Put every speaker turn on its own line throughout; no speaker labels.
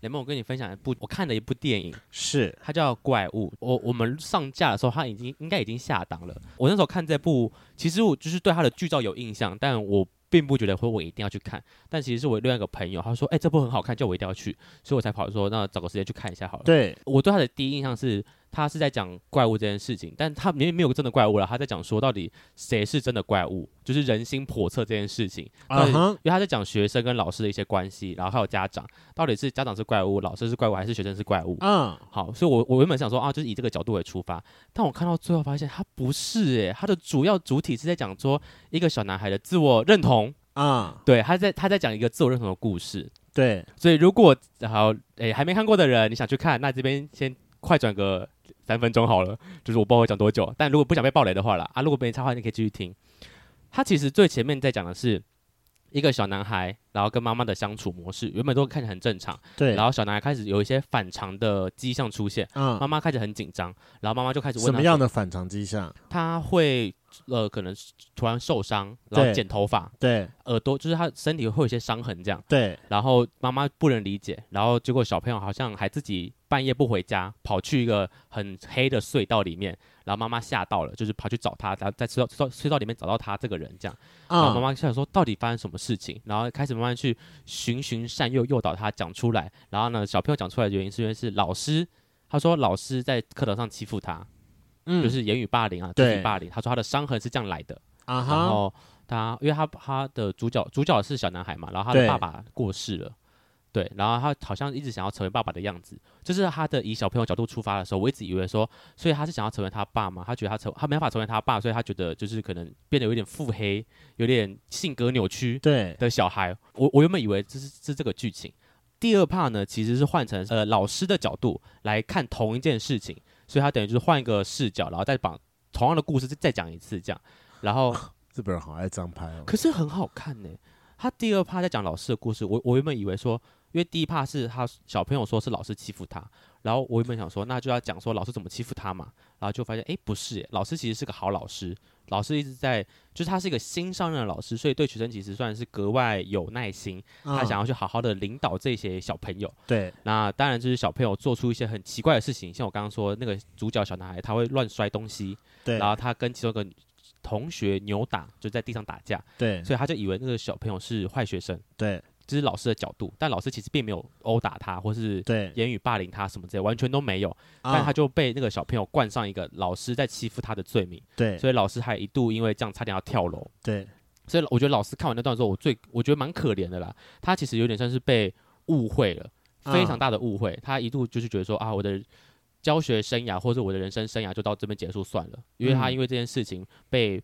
雷梦，我跟你分享一部我看的一部电影，
是
它叫《怪物》。我我们上架的时候，它已经应该已经下档了。我那时候看这部，其实我就是对它的剧照有印象，但我并不觉得说我一定要去看。但其实是我另外一个朋友，他说：“哎、这部很好看，叫我一定要去。”所以我才跑说：“那找个时间去看一下好了。”
对，
我对他的第一印象是，他是在讲怪物这件事情，但他明明没有真的怪物了，他在讲说到底谁是真的怪物，就是人心叵测这件事情。到
啊
底
哈，
因为他在讲学生跟老师的一些关系，然后还有家长，到底是家长是怪物，老师是怪物，还是学生是怪物？
嗯，
好，所以我我原本想说啊，就是以这个角度为出发，但我看到最后发现他不是诶、他的主要主体是在讲说一个小男孩的自我认同，
啊，
对，他在他在讲一个自我认同的故事。
对，
所以如果好诶、还没看过的人，你想去看，那这边先快转个三分钟好了，就是我不知道会讲多久。但如果不想被暴雷的话啦，啊，如果没插话，你可以继续听。他其实最前面在讲的是一个小男孩，然后跟妈妈的相处模式，原本都看起来很正常，
对，
然后小男孩开始有一些反常的迹象出现，妈
嗯，
妈开始很紧张，然后妈妈就开始问
什
他
么
说
样的反常迹象？
他会呃可能突然受伤，然后
对
剪头发，
对，
耳朵就是他身体会有一些伤痕这样。
对，
然后妈妈不能理解，然后结果小朋友好像还自己半夜不回家，跑去一个很黑的隧道里面，然后妈妈吓到了，就是跑去找他，然后在隧道隧道隧道里面找到他这个人，这样，然后妈
啊，
妈想说到底发生什么事情，然后开始慢慢去循循善诱诱导他讲出来，然后呢，小朋友讲出来的原因是因为是老师，他说老师在课堂上欺负他，
嗯
就是言语霸凌啊，
对
肢体霸凌，他说他的伤痕是这样来的，
啊
然
哈，
后他，因为他他的主角主角是小男孩嘛，然后他的
对
爸爸过世了，对，然后他好像一直想要成为爸爸的样子，就是他的以小朋友角度出发的时候，我一直以为说，所以他是想要成为他爸嘛，他觉得他成他没办法成为他爸，所以他觉得就是可能变得有点腹黑，有点性格扭曲
对，
的小孩，我我原本以为这是是这个剧情。第二 part 呢，其实是换成呃老师的角度来看同一件事情，所以他等于就是换一个视角，然后再把同样的故事再再讲一次这样，然后
日本人好爱张拍哦。
可是很好看呢、他第二趴在讲老师的故事，我我原本以为说，因为第一趴是他小朋友说是老师欺负他，然后我原本想说那就要讲说老师怎么欺负他嘛，然后就发现诶，不是耶、老师其实是个好老师，老师一直在就是他是一个新上任的老师，所以对学生其实算是格外有耐心，他
嗯
想要去好好的领导这些小朋友。
对，
那当然就是小朋友做出一些很奇怪的事情，像我刚刚说那个主角小男孩他会乱摔东西，
对
然，后他跟其中一个同学扭打，就在地上打架。
对，
所以他就以为那个小朋友是坏学生，
对，
这是老师的角度，但老师其实并没有殴打他，或是
对，
言语霸凌他什么之类，完全都没有。但
啊
他就被那个小朋友冠上一个老师在欺负他的罪名，
对，
所以老师还一度因为这样差点要跳楼。
对，
所以我觉得老师看完那段之后，我最我觉得蛮可怜的啦，他其实有点像是被误会了，非常大的误会。他一度就是觉得说啊，我的教学生涯或者我的人生生涯就到这边结束算了，因为他
嗯
因为这件事情被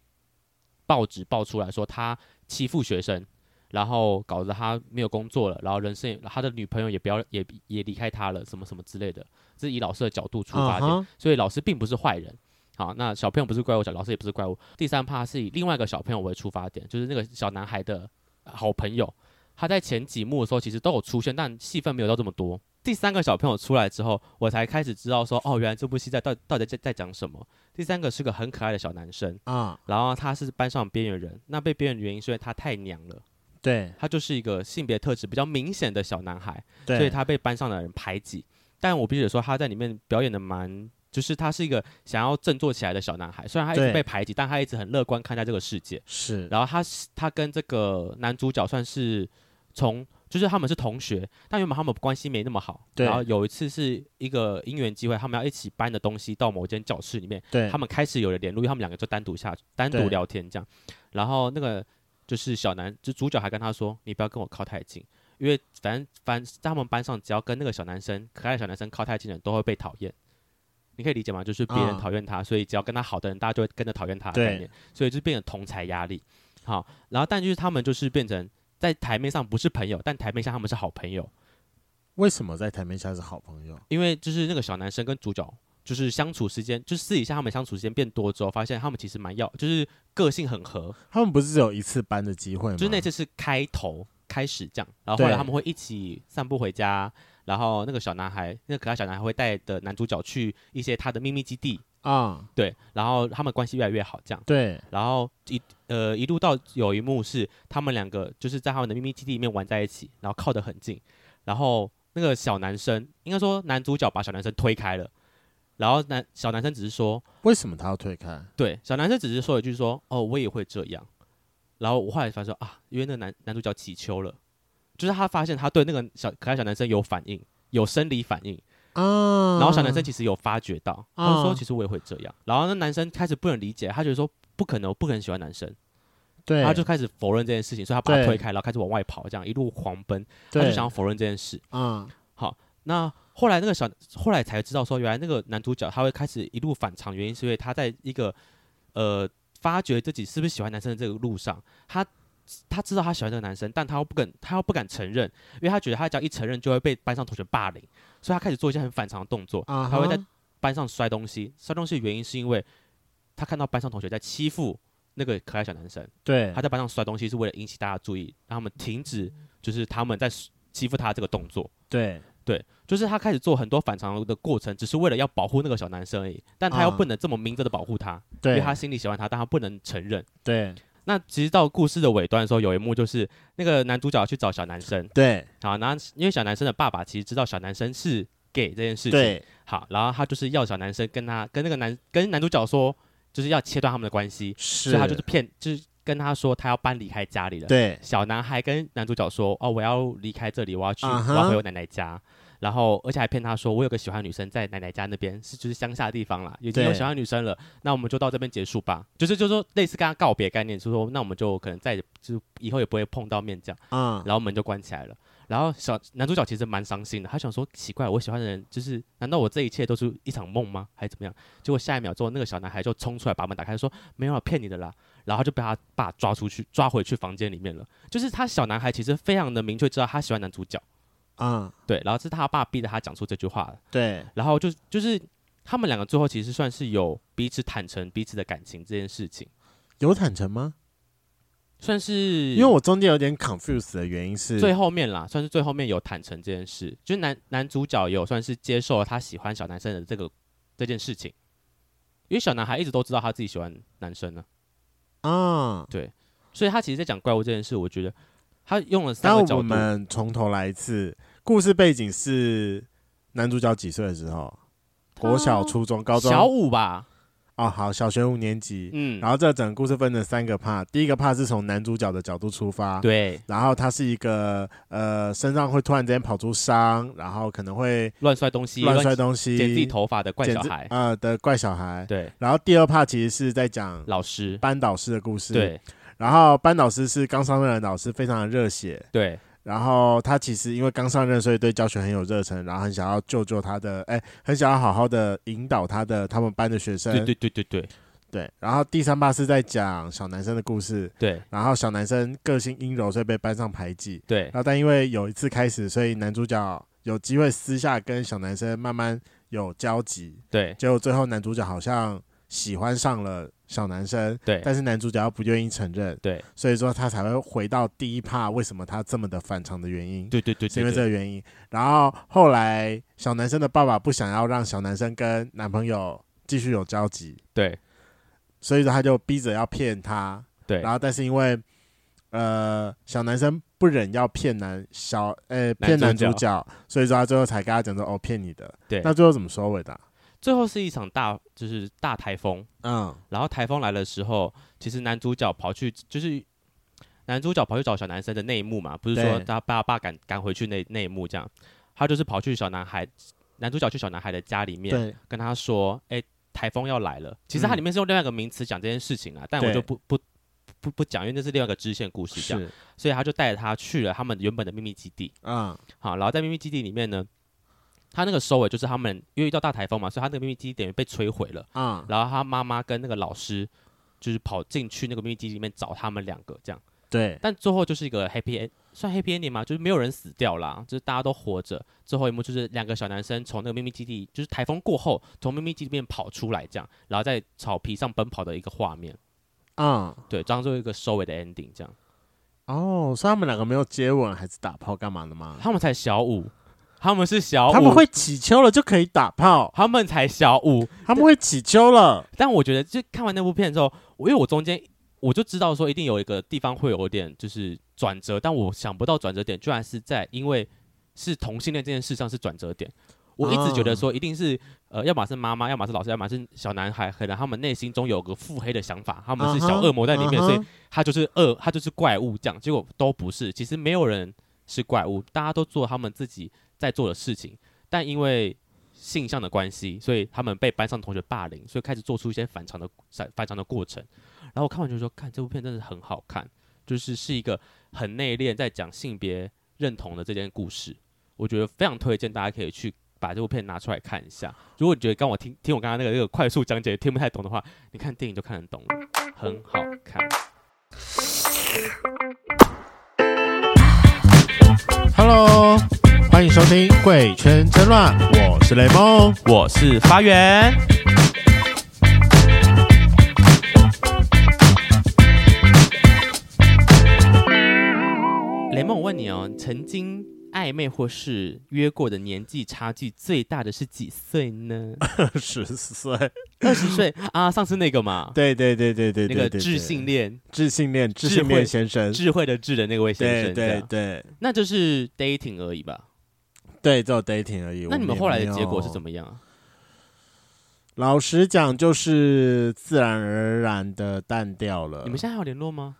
报纸爆出来说他欺负学生。然后搞得他没有工作了，然后人生也他的女朋友也不要也也离开他了，什么什么之类的，这是以老师的角度出发
啊
点。
哈，
所以老师并不是坏人。好，那小朋友不是怪物，小老师也不是怪物。第三趴是以另外一个小朋友为出发点，就是那个小男孩的好朋友，他在前几幕的时候其实都有出现，但戏份没有到这么多。第三个小朋友出来之后，我才开始知道说，哦，原来这部戏在到到底在在讲什么。第三个是个很可爱的小男生，
啊，
然后他是班上边缘人，那被边缘的原因是因为他太娘了，
对，
他就是一个性别特质比较明显的小男孩。
对，
所以他被班上的人排挤。但我必须得说，他在里面表演的蛮，就是他是一个想要振作起来的小男孩。虽然他一直
对
被排挤，但他一直很乐观看待这个世界。
是，
然后他是他跟这个男主角算是从，就是他们是同学，但原本他们关系没那么好。
对
然后有一次是一个因缘机会，他们要一起搬的东西到某间教室里面，
对，
他们开始有了联络，因为他们两个就单独下去，单独
对
聊天这样。然后那个就是小男，就主角还跟他说：“你不要跟我靠太近，因为反正反正在他们班上，只要跟那个小男生可爱的小男生靠太近的人，都会被讨厌。你可以理解吗？就是别人
啊
讨厌他，所以只要跟他好的人，大家就会跟着讨厌他的
对
概念，所以就变成同才压力。好，然后但就是他们就是变成在台面上不是朋友，但台面下他们是好朋友，
为什么在台面下是好朋友？
因为就是那个小男生跟主角就是相处时间，就是私底下他们相处时间变多之后，发现他们其实蛮要，就是个性很合，
他们不是只有一次班的机会吗？
就是那次是开头开始这样，然后后来
对
他们会一起散步回家，然后那个小男孩，那个可爱小男孩会带的男主角去一些他的秘密基地，
啊，
对，然后他们关系越来越好这样。
对，
然后一呃一路到有一幕是他们两个就是在他们的秘密基地里面玩在一起，然后靠得很近，然后那个小男生，应该说男主角把小男生推开了，然后男小男生只是说，
为什么他要推开？
对，小男生只是说一句说，哦，我也会这样。然后我后来发现说啊，因为那个男男主角起秋了，就是他发现他对那个小可爱小男生有反应，有生理反应。
啊，
然后小男生其实有发觉到，他就说
啊
其实我也会这样。然后那男生开始不能理解，他觉得说不可能，我不可能喜欢男生，
对，
他就开始否认这件事情，所以他把他
对
推开，然后开始往外跑，这样一路狂奔，他
对
就想要否认这件事。
啊，
那后来那个小，后来才知道说，原来那个男主角他会开始一路反常，原因是因为他在一个呃发觉自己是不是喜欢男生的这个路上，他他知道他喜欢这个男生，但他又不敢，他又不敢承认，因为他觉得他只要一承认就会被班上同学霸凌，所以他开始做一些很反常的动作，
啊哈
他会在班上摔东西，摔东西的原因是因为他看到班上同学在欺负那个可爱小男生，
对，
他在班上摔东西是为了引起大家注意，让他们停止就是他们在欺负他这个动作。
对，
对，就是他开始做很多反常的过程，只是为了要保护那个小男生而已。但他又
啊
不能这么明着的保护他，因
对，
为他心里喜欢他，但他不能承认。
对，
那其实到故事的尾端的时候，有一幕就是那个男主角去找小男生，
对，
好，然后因为小男生的爸爸其实知道小男生是 gay 这件事情，
对，
好，然后他就是要小男生跟他跟那个男跟男主角说，就是要切断他们的关系，
是
所以他就是骗，就是跟他说他要搬离开家里了，
对，
小男孩跟男主角说：“哦，我要离开这里，我要去，
啊哈
我要回我奶奶家。”然后，而且还骗他说：“我有个喜欢的女生在奶奶家那边，是就是乡下地方啦，已经有
对
喜欢的女生了。那我们就到这边结束吧。”就是就是说类似跟他告别概念，就是说那我们就可能再也就是以后也不会碰到面这样。
啊，
然后门就关起来了。然后小男主角其实蛮伤心的，他想说奇怪，我喜欢的人就是难道我这一切都是一场梦吗？还是怎么样？结果下一秒钟，那个小男孩就冲出来把门打开，说没有啊骗你的啦。然后他就被他爸抓出去，抓回去房间里面了。就是他小男孩其实非常的明确知道他喜欢男主角，
啊，
对，然后是他爸逼着他讲出这句话的。
对，
然后就就是他们两个最后其实算是有彼此坦诚彼此的感情这件事情，
有坦诚吗？
算是
因为我中间有点 confused 的原因是，
最后面啦，算是最后面有坦诚这件事，就是男男主角也有算是接受了他喜欢小男生的这个这件事情，因为小男孩一直都知道他自己喜欢男生呢、
啊，
所以他其实在讲怪物这件事，我觉得他用了三
那
个角
我
度，
们从头来一次，故事背景是男主角几岁的时候？国小、初中、高中？
小五吧，
哦，好，小学五年级。
嗯，
然后这整个故事分成三个 part，第一个 part 是从男主角的角度出发，
对，
然后他是一个呃身上会突然之间跑出伤，然后可能会
乱摔东西，
乱
乱
摔东西、
剪自己头发的怪
剪
小
自
孩，
呃的怪小孩。
对，
然后第二 part 其实是在讲
老师，
班导师的故事，。
对
然后班导师是刚上任的老师，非常的热血。
对
然后他其实因为刚上任，所以对教学很有热忱，然后很想要救救他的，哎，很想要好好的引导他的他们班的学生。
对对对对对
对然后第三 part 是在讲小男生的故事，
对
然后小男生个性阴柔，所以被班上排挤。
对
然，后但因为有一次开始，所以男主角有机会私下跟小男生慢慢有交集，
对
结果最后男主角好像喜欢上了小男生，
对
但是男主角又不愿意承认，
对
所以说他才会回到第一趴，为什么他这么的反常的原因。
对对对，
是因为
对
这个原因，然后后来小男生的爸爸不想要让小男生跟男朋友继续有交集，
对
所以说他就逼着要骗他，
对
然后但是因为呃小男生不忍要骗男小呃
男
骗
主
男主
角
角，所以说他最后才跟他讲说哦骗你的，
对
那最后怎么收尾的啊、
最后是一场大就是大台风。
嗯，
然后台风来的时候，其实男主角跑去就是男主角跑去找小男生的那一幕嘛，不是说
对
他把他爸赶赶回去那那一幕这样，他就是跑去小男孩，男主角去小男孩的家里面
对
跟他说，哎、台风要来了。其实它
嗯
里面是用另外一个名词讲这件事情啊，但我
对
就不不不不讲，因为那是另外一个支线故事这样，
是
所以他就带着他去了他们原本的秘密基地。
啊
好，然后在秘密基地里面呢，他那个收尾就是他们因为遇到大台风嘛，所以他那个秘密基地等于被摧毁了。
啊
然后他妈妈跟那个老师就是跑进去那个秘密基地里面找他们两个这样，
对
但最后就是一个 happy end，算 happy ending 吗？就是没有人死掉啦，就是大家都活着。最后一幕就是两个小男生从那个秘密基地，就是台风过后从秘密基地里面跑出来这样，然后在草皮上奔跑的一个画面。
啊
对，当做一个收尾的 ending 这样。
哦，所以他们两个没有接吻还是打炮干嘛的吗？
他们才小五，他们是小五，
他们会起秋了就可以打炮，
他们才小五，
他们会起秋了。
但我觉得，就看完那部片之后，我因为我中间我就知道说，一定有一个地方会有一点就是转折，但我想不到转折点居然是在因为是同性恋这件事上是转折点。我一直觉得说，一定是、呃，要么是妈妈，要么是老师，要么是小男孩，可能他们内心中有个腹黑的想法，他们是小恶魔在里面，
嗯哼
所以他就是恶，他就是怪物这样。结果都不是，其实没有人是怪物，大家都做他们自己在做的事情，但因为性向的关系，所以他们被班上同学霸凌，所以开始做出一些反常的反反常的过程。然后我看完就说，看这部片真的很好看，就是是一个很内敛在讲性别认同的这件故事，我觉得非常推荐大家可以去。把这部片拿出来看一下，如果你觉得刚我听听我刚刚那个那个快速讲解听不太懂的话，你看电影就看得懂了，很好看。
Hello，欢迎收听《贵圈争乱》，我是雷梦。
我是发源，雷梦，我问你哦，你曾经暧昧或是约过的年纪差距最大的是几岁 呢？
二十岁，
二十岁啊，上次那个嘛，
对对对对对对，
那个
对
智性，恋、
对智性恋，智
智
性恋
慧
先生，
智慧的智的那位先
对
生，这
对
样
对
那就是 dating 而已吧？
对，只有 dating 而已。
那你们后来的结果是怎
么？
么样啊？
老实讲，就是自然而然的淡掉了。
你们现在还有联络吗？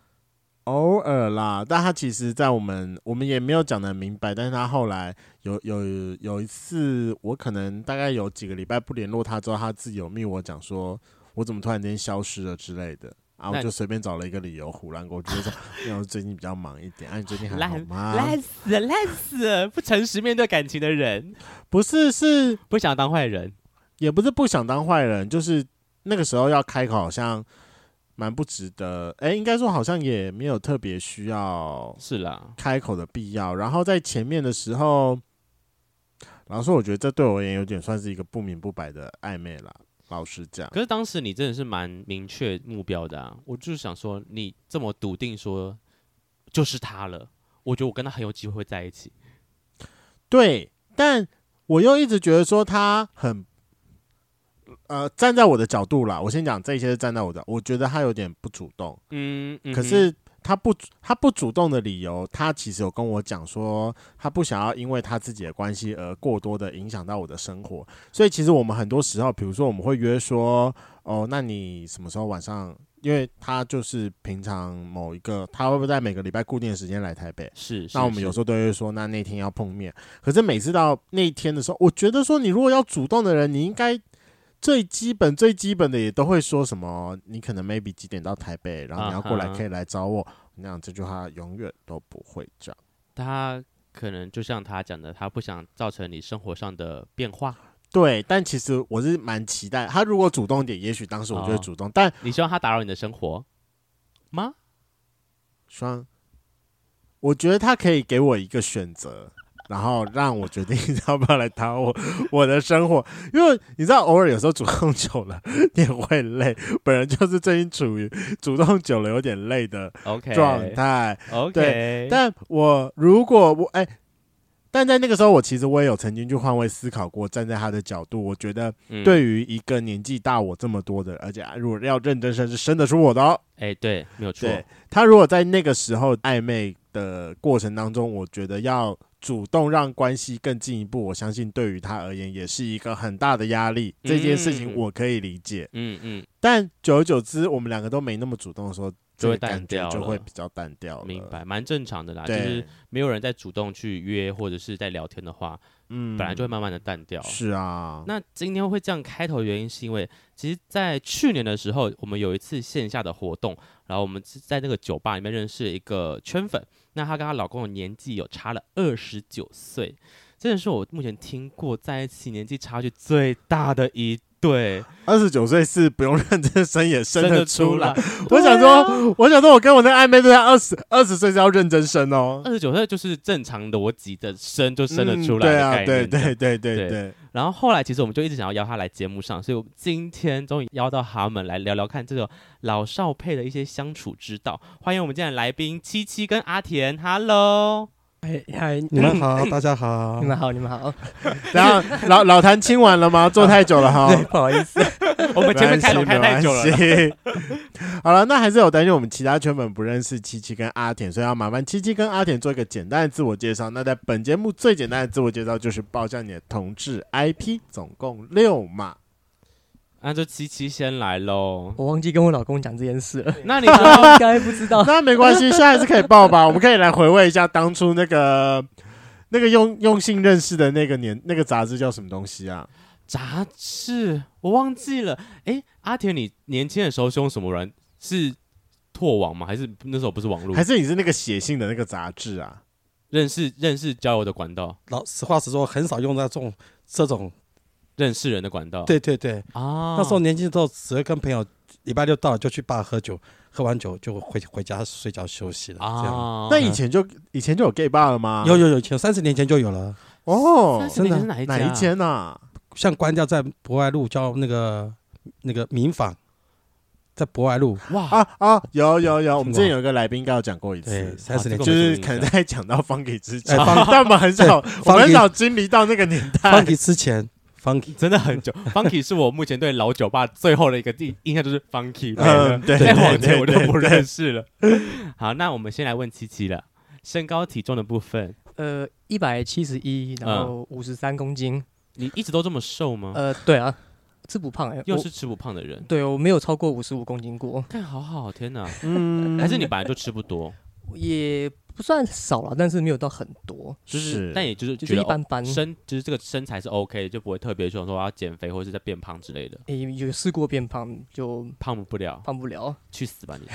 偶尔啦，但他其实，在我们我们也没有讲的明白，但是他后来有有有一次，我可能大概有几个礼拜不联络他之后，他自己有密我讲说，我怎么突然间消失了之类的。
那
啊，我
你
就随便找了一个理由胡乱过去，就说没有最近比较忙一点。啊，你最近还好
烂
吗？
烂死了，烂死了！不诚实面对感情的人，
不是，是
不想当坏人。
也不是不想当坏人，就是那个时候要开口，好像蛮不值得。哎、应该说好像也没有特别需要
是啦，
开口的必要。然后在前面的时候，老实说，我觉得这对我而言有点算是一个不明不白的暧昧啦。老实讲，
可是当时你真的是蛮明确目标的啊！我就是想说，你这么笃定说就是他了，我觉得我跟他很有机会会在一起。
对，但我又一直觉得说他很，呃，站在我的角度啦，我先讲这些是站在我的，我觉得他有点不主动。
嗯，嗯
可
哼
是他不他不主动的理由，他其实有跟我讲说，他不想要因为他自己的关系而过多的影响到我的生活。所以其实我们很多时候，比如说我们会约说，哦，那你什么时候晚上？因为他就是平常某一个，他会不会在每个礼拜固定的时间来台北？
是，
那我们有时
候
候都会说，那那天要碰面。可是每次到那一天的时候，我觉得说，你如果要主动的人，你应该最基本、最基本的也都会说什么，你可能 maybe 几点到台北，然后你要过来
啊哈
可以来找我。那样这句话永远都不会讲。
他可能就像他讲的，他不想造成你生活上的变化，
对，但其实我是蛮期待他如果主动一点，也许当时我就会
哦
主动，但
你希望他打扰你的生活吗？
希望我觉得他可以给我一个选择，然后让我决定 要不要来打我我的生活，因为你知道，偶尔有时候主动久了你也会累，本人就是最近处于主动久了有点累的
OK，
状态。
OK，
但我如果我哎、但在那个时候，我其实我也有曾经去换位思考过，站在他的角度，我觉得
嗯，
对于一个年纪大我这么多的，而且如果要认真生是生得出我的、哦。
哎，对，没有错，
对他如果在那个时候暧昧的过程当中，我觉得要主动让关系更进一步，我相信对于他而言也是一个很大的压力。这件事
嗯
情我可以理解，
嗯嗯，
但久而久之，我们两个都没那么主动的时候，这个
就会淡
感觉
掉
就
了
会比较淡掉了。
明白，蛮正常的啦，就是
对，
没有人在主动去约或者是在聊天的话，
嗯
本来就会慢慢的淡掉。
是啊，
那今天会这样开头的原因，是因为其实，在去年的时候，我们有一次线下的活动，然后我们是在那个酒吧里面认识一个圈粉，那她跟她老公的年纪有差了二十九岁，真的是我目前听过在一起年纪差距最大的一对，
二十九岁是不用认真生也 生得出来。。
对
我
啊
想说，我想说，我跟我那暧昧对象二十二十岁是要认真生哦，
二十九岁就是正常逻辑的生就生得
嗯
出来的
对
概
啊，
念，
对对对对
对
对，
然后后来其实我们就一直想要邀他来节目上，所以我们今天终于邀到他们来聊聊看这种老少配的一些相处之道。欢迎我们今天的来宾七七跟阿田，Hello，
嗨嗨，
你们好，大家好
嗯 你。们好，你们好。
然后老老谭亲完了吗？坐太久了哈。
对，不好意思，
我们前面开头开太久了
没。关系。 好了，那还是有担心我们其他圈粉不认识七七跟阿田，所以要麻烦七七跟阿田做一个简单的自我介绍。那在本节目最简单的自我介绍就是报下你的同志 IP，总共六嘛。
那就七七先来喽。
我忘记跟我老公讲这件事 了，
那你说，
应该不知道。
那没关系，现在还是可以报吧。我们可以来回味一下当初那个那个用用性认识的那个年那个杂志叫什么东西啊？
杂志我忘记了。哎、阿田，你年轻的时候是用什么软？是拓网吗？还是那时候不是网络
还？是你是那个写信的那个杂志啊？
认识认识交友的管道，
老实话实说，很少用那种这种。
认识人的管道。
对对对，
啊，
那时候年轻的时候，只会跟朋友礼拜六到了就去爸喝酒，喝完酒就回回家睡觉休息了。这样
啊，
那以前就以前就有 gay bar 了吗？
有有有，以前三十年前就有了，
哦
三，十年前是哪一家
哪一间啊？
像关掉在博爱路叫那个那个民房，在博爱路，
哇，
啊啊，有有有，我们之
听过
前有一个来宾应该有讲过一次
对，，三十
这
年
个
前
我没
就是
印
可能
象
在讲到方给之前
哎，方
但我们很少，我们很
Funky-
少经历到那个年代。
Funky 之前 Funky
真的很 久。Funky 是我目前对老酒吧最后的一个印印象就是 Funky，
嗯，对，
再
对
往
对
前我就
对
不
对
认识了。好，那我们先来问七七了，身高体重的部分，
呃，一百七十一，然后五十三公斤。
你一直都这么瘦吗？
呃，对啊，这不胖哎、
嗯又
我
是吃不胖的人，
对我没有超过五十五公斤过，
看好好，天哪！
嗯
还是你本来就吃不多，
也不算少了，但是没有到很多，
就是
是，
但也就是
就
觉
是
得
一般般
哦。身就是这个身材是 OK，就不会特别说说要减肥或者是在变胖之类的，
诶，有试过变胖就
胖不了，
胖不了。
去死吧你！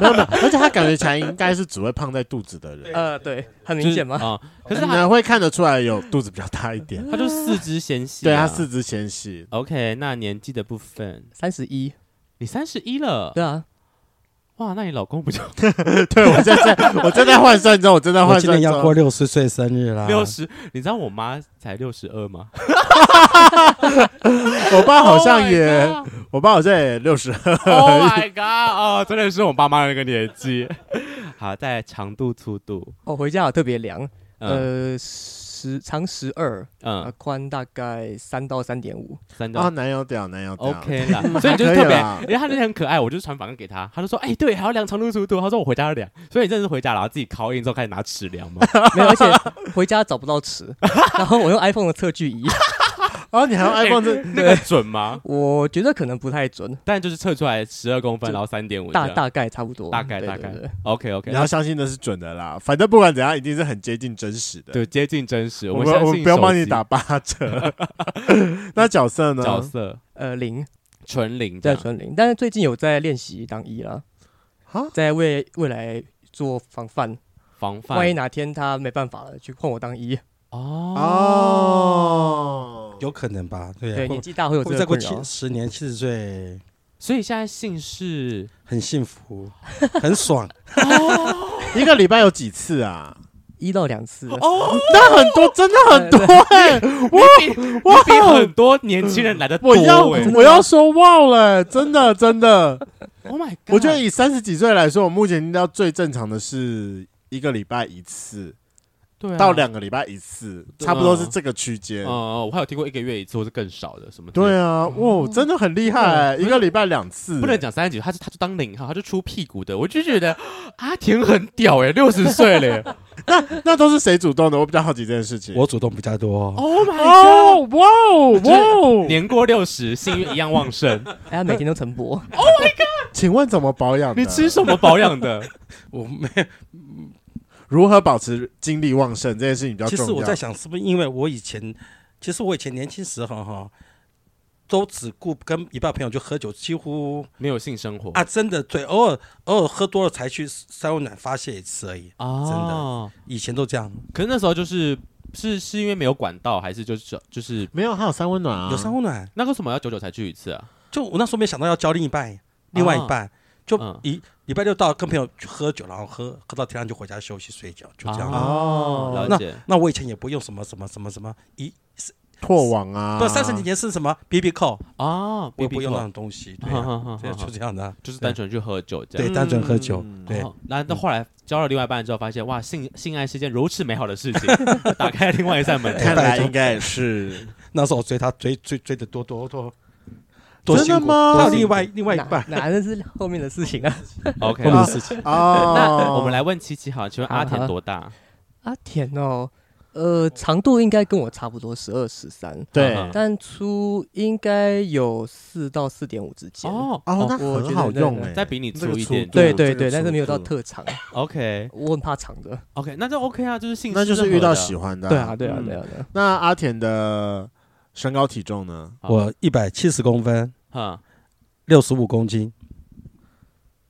没有没有，而且他感觉起来应该是只会胖在肚子的人，
呃，对，很
就
明
是
显嘛。
啊，可是
你
他
能会看得出来有肚子比较大一 点，
他就四肢纤细啊，
对他四肢纤细，
OK，那年纪的部分，
三十一，
你三十一了，
对啊，
哇，那你老公不就
对我正在，我正在换算中，我正在
我
换
今
算
年要
中
过。六十岁生日啦，
六十？ 你知道我妈才六十二吗？
我爸好像也
Oh my god
我爸好像也六 十，
Oh my god！哦，真的是我爸妈那个年纪。 好，在长度、粗度，
我哦回家有特别量，
嗯
呃，十长十二，呃
嗯，，
宽大概三到三点五。
三
啊，
到
男友屌，男友屌
OK 啦， 所以你就是
还可以
特别
啦，
因为他那天很可爱，我就传访给他，他就说，哎，对，还要量长度、粗度，他说我回家要量，所以你真的是回家然后自己拷印之后开始拿尺量吗？
没有，而且回家找不到尺， 然后我用 iPhone 的测距仪，
哦，你还用 iPhone 这
那个准吗？
我觉得可能不太准，
但就是测出来十二公分，
就
然后三点五，
大大概差不多，
大概
对
大
对
概
对
OK OK，
你要相信那是准的啦，反正不管怎样，一定是很接近真实的。
对，接近真实。
我
们
们
相
我
信
不要
手
帮你
机
打八 折。那角色呢？
角色
呃零
纯零这
在
样，
纯零，但是最近有在练习当一了，
啊，
在为未来做防范，
防范
万一哪天他没办法了，去换我当一，
哦
哦，
有可能吧？对啊，
对，
会
年纪大会有
会不
这
会再
个
过
困
七
扰，
十年七十岁，
所以现在姓氏
很幸福，很爽，
一个礼拜有几次啊？
一到两次，
哦，
那很多，真的很多哎！
我比很多年轻人来的多
我要
哎
我要说哇了，真的真的。
，Oh my god！
我觉得以三十几岁来说，我目前听到最正常的是一个礼拜一次
对啊
到，两个礼拜一次，
对啊
差不多是这个区间。
呃，我还有听过一个月一次或是更少的什么，
对，啊，哇，真的很厉害，一个礼拜两次，
哦不能讲三十几，他是他就当零号，他就出屁股的，我就觉得阿田很屌哎，六十岁嘞
那都是谁主动的？我比较好奇这件事情。
我主动比较多。
，Oh
哎
my god！
哦，哇哦，哇哦！
年过六十，性欲一样旺盛。
哎，他每天都晨勃，
请问怎么保养的？
你吃什么保养的？
我没，
如何保持精力旺盛这件事情比较
其
重要。
实我在想，是不是因为我以前，其实我以前年轻时候哈，都只顾跟一半朋友去喝酒，几乎
没有性生活
啊，真的对，偶尔偶尔喝多了才去三温暖发泄一次而已。
哦，
以前都这样，
可是那时候就是是是因为没有管道，还是就是就是
没有，还有三温暖啊，
有三温暖，
那个什么要久久才去一次啊？
就我那时候没想到要交另一半，另外一半、就
嗯
一礼拜六到跟朋友去喝酒，然后喝喝到天亮就回家休息睡觉，就这样。
啊
哦，
了解
那我以前也不用什么什么什么什么一
拓网啊，
不三十几年是什么 B B 扣，
哦，
我也
BB
不用那
扣
种东西，对、
哈
啊，
哈哈
对、
哈
啊，就
哈，
这样的啊、
就是单纯去喝酒这样。
对，单纯喝酒，
嗯
对。
哦，那那后来交了另外一半之后，发现哇，性性爱是件如此美好的事 情，打开另外一扇门。
看来应该也是。
那时候我追他追追追的多多多，多
真的
辛苦
吗
还有
多
另外另外一半
哪哪那是后面的事情啊。
哦 OK，
后面
好
的事情，
那
哦，
我们来问七七好了，请问阿
好
田
好
多大？
阿田哦，呃，长度应该跟我差不多，十二十三，
对
嗯
但粗应该有四到四点五之间。
哦，
哦，那
我觉
很
得
好
对
用
对
哎，
再比你
这个
粗一
粗
点。
度
对
这
对
个
对，但是没有
粗
到
度
特长，
OK
我很怕长 的。
OK，那就 OK 啊，就是性
那就是
适合
遇到
的
喜欢的，
对啊，对啊，
嗯
对啊，对啊。
那阿田的身高体重呢？
好
我一百七十公分，
嗯，
六十五公斤，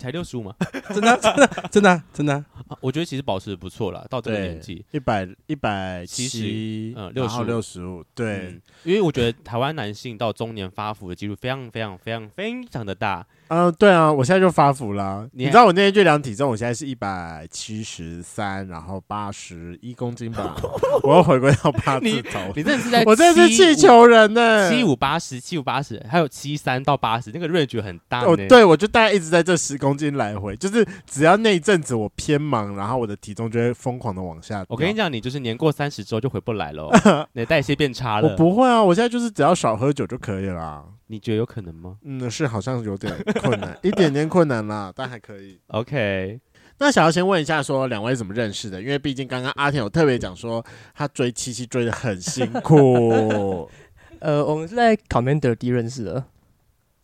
才六十五嘛，啊
真的真的真的真的，
我觉得其实保持得不错了，到这个年纪。
一百一百七
70，嗯
然后
65
六十五，对
嗯，，因为我觉得台湾男性到中年发福的几率非常非常非常非常的大。
嗯，对啊，我现在就发福啦。
你
你知道我那天去量体重，我现在是一百七十三，然后八十一公 斤吧，我又回归到八字头，
你真的是在
我真的是气球人
嗯
呢，
七五八十，七五八十，还有七三到八十，那个 range 很大
哦，
呢。
对，我就大概一直在这十公斤来回，就是只要那一阵子我偏忙，然后我的体重就会疯狂的往下。
我跟你
讲，
讲，你就是年过三十之后就回不来了哦， 你的代谢变差
我
了。
不会啊，我现在就是只要少喝酒就可以啦。
你觉得有可能吗
嗯，是好像有点困 难，一点点困难啦，但还可以。
？OK，
那想要先问一下，说两位怎么认识的？因为毕竟刚刚阿天有特别讲说，他追七七追的很辛苦。
呃，我们是在 Commander D 认识的，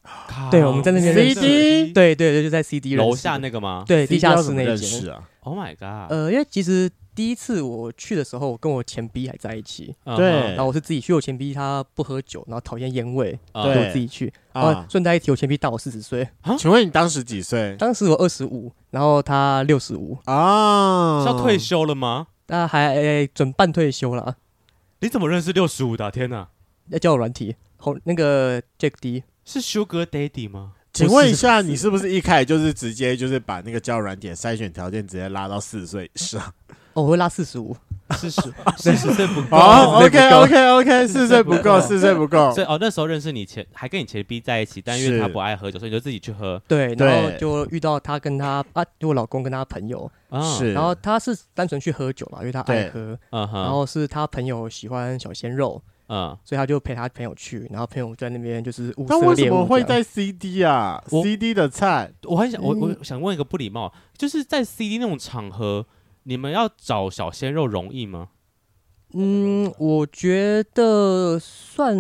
啊
对我们在那边认识
CD
对对对，就在 CD 认识的
楼下那个吗？
对地下室那
认
一
识
间。
啊？
，Oh my god，
呃，因为其实第一次我去的时候，我跟我前 B 还在一起，
嗯
对
然后我是自己去，我前 B 他不喝酒，然后讨厌烟味，
哼
所
对
以我自己去。
哎
哦
啊，，
顺带一提，我前 B 大我四十岁，
请问你当时几岁
当时我二十五，然后他六十五，
啊？
是要退休了吗？
他还、呃准半退休了，
你怎么认识六十五的啊？天哪，
要叫我软体。后那个 Jack D，
是 Sugar Daddy 吗？
请问一下，你是不是一开始就是直接就是把那个交友软件筛选条件直接拉到四十岁以 上？
哦，我会拉四十五，
是是四十岁不够。
哦
四
，OK
十岁不够
OK OK，四十岁不
不
够，
够
四十岁不够。
所以哦，那时候认识你前还跟你前 B 在一起，但因为他
是
不爱喝酒，所以你就自己去喝。
对，
对
然后就遇到他跟他啊，就我老公跟他朋友，
啊，
是，
然后他是单纯去喝酒了，因为他
对啊
爱喝，
嗯哼，
然后是他朋友喜欢小鲜肉，
嗯，
所以他就陪他朋友去，然后朋友在那边就是物
那
色
为什
猎
么
物
会
这样
在 CD 啊
我
？CD 的菜
我很想我
嗯
我想问一个不礼貌，就是在 CD 那种场合，你们要找小鲜肉容易吗？
嗯，我觉得算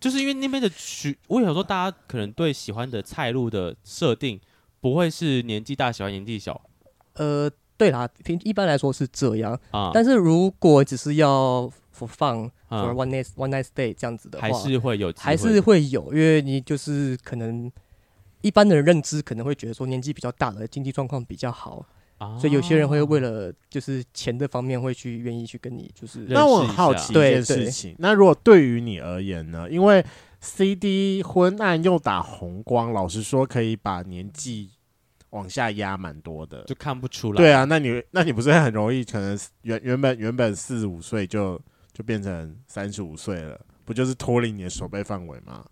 就是因为那边的曲，我想说大家可能对喜欢的菜路的设定，不会是年纪大喜欢年纪小
呃，对啦，平一般来说是这样，
啊，
但是如果只是要 for fun、for
啊
嗯
one night one night stay 这样子的话，
还是会有机会
还是会有，因为你就是可能一般的人认知可能会觉得说年纪比较大的经济状况比较好，
啊
所以有些人会为了就是钱这方面会去愿意去跟你就是
认
那我很好奇一件
对对
事情，那如果对于你而言呢？因为 CD 昏暗又打红光，老实说可以把年纪往下压蛮多的。
就看不出来。
对啊，那你那你不是很容易，可能原原本原本四十五岁就就变成三十五岁了，不就是脱离你的手背范围吗？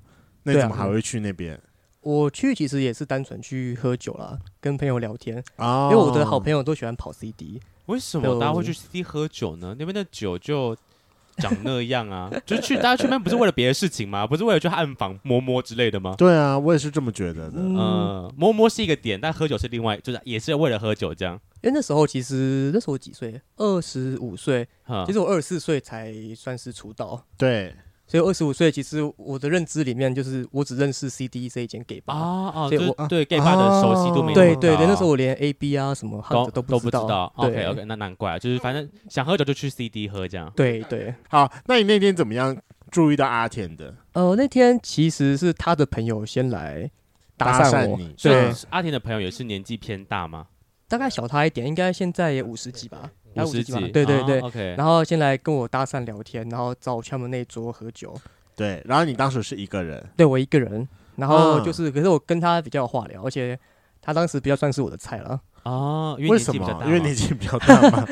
那你
对
怎
啊
么还会去那边
我去其实也是单纯去喝酒啦，跟朋友聊天，
哦
啊
因为我的好
友
朋友都喜欢跑 CD，
为什么大家会去
就
CD 喝酒呢？那边的酒就长那样啊， 就是去大家去那边不是为了别的事情吗？不是为了去暗访摸摸之类的吗？
对啊，我也是这么觉得的。
嗯，
嗯，摸摸是一个点，但喝酒是另外，就是也是为了喝酒这样。
因为那时候其实那时候我几岁，二十五岁，
哈
其实我二十四岁才算是出道。
对，
所以二十五岁，其实我的认知里面就是我只认识 CD 这一间 gay 吧。
啊啊，
所以
就是
我
对 gay 吧的熟悉度没那么
啊对
高
对对，那时候我连 A B 啊什么汉
都
子都
都不
知道。
OK
对嗯
OK，那难怪，啊就是反正想喝酒就去 CD 喝这样。
对对，
好，那你那天怎么样注意到阿田的？
呃，那天其实是他的朋友先来
搭
搭
讪
讪我
你，
所
对
以，阿田的朋友也是年纪偏大嘛，
大概小他一点，应该现在也五十几吧，大概
十几
几吧，，对对
啊
对。
OK，
然后先来跟我搭讪聊天，然后找我去他们那一桌喝酒，
对，然后你当时是一个人，
对我一个人。然后
嗯
就是，可是我跟他比较有话聊，而且他当时比较算是我的菜了，
哦，因为
为
年纪
什
比较大？
么因为
嘛
年纪比较大嘛。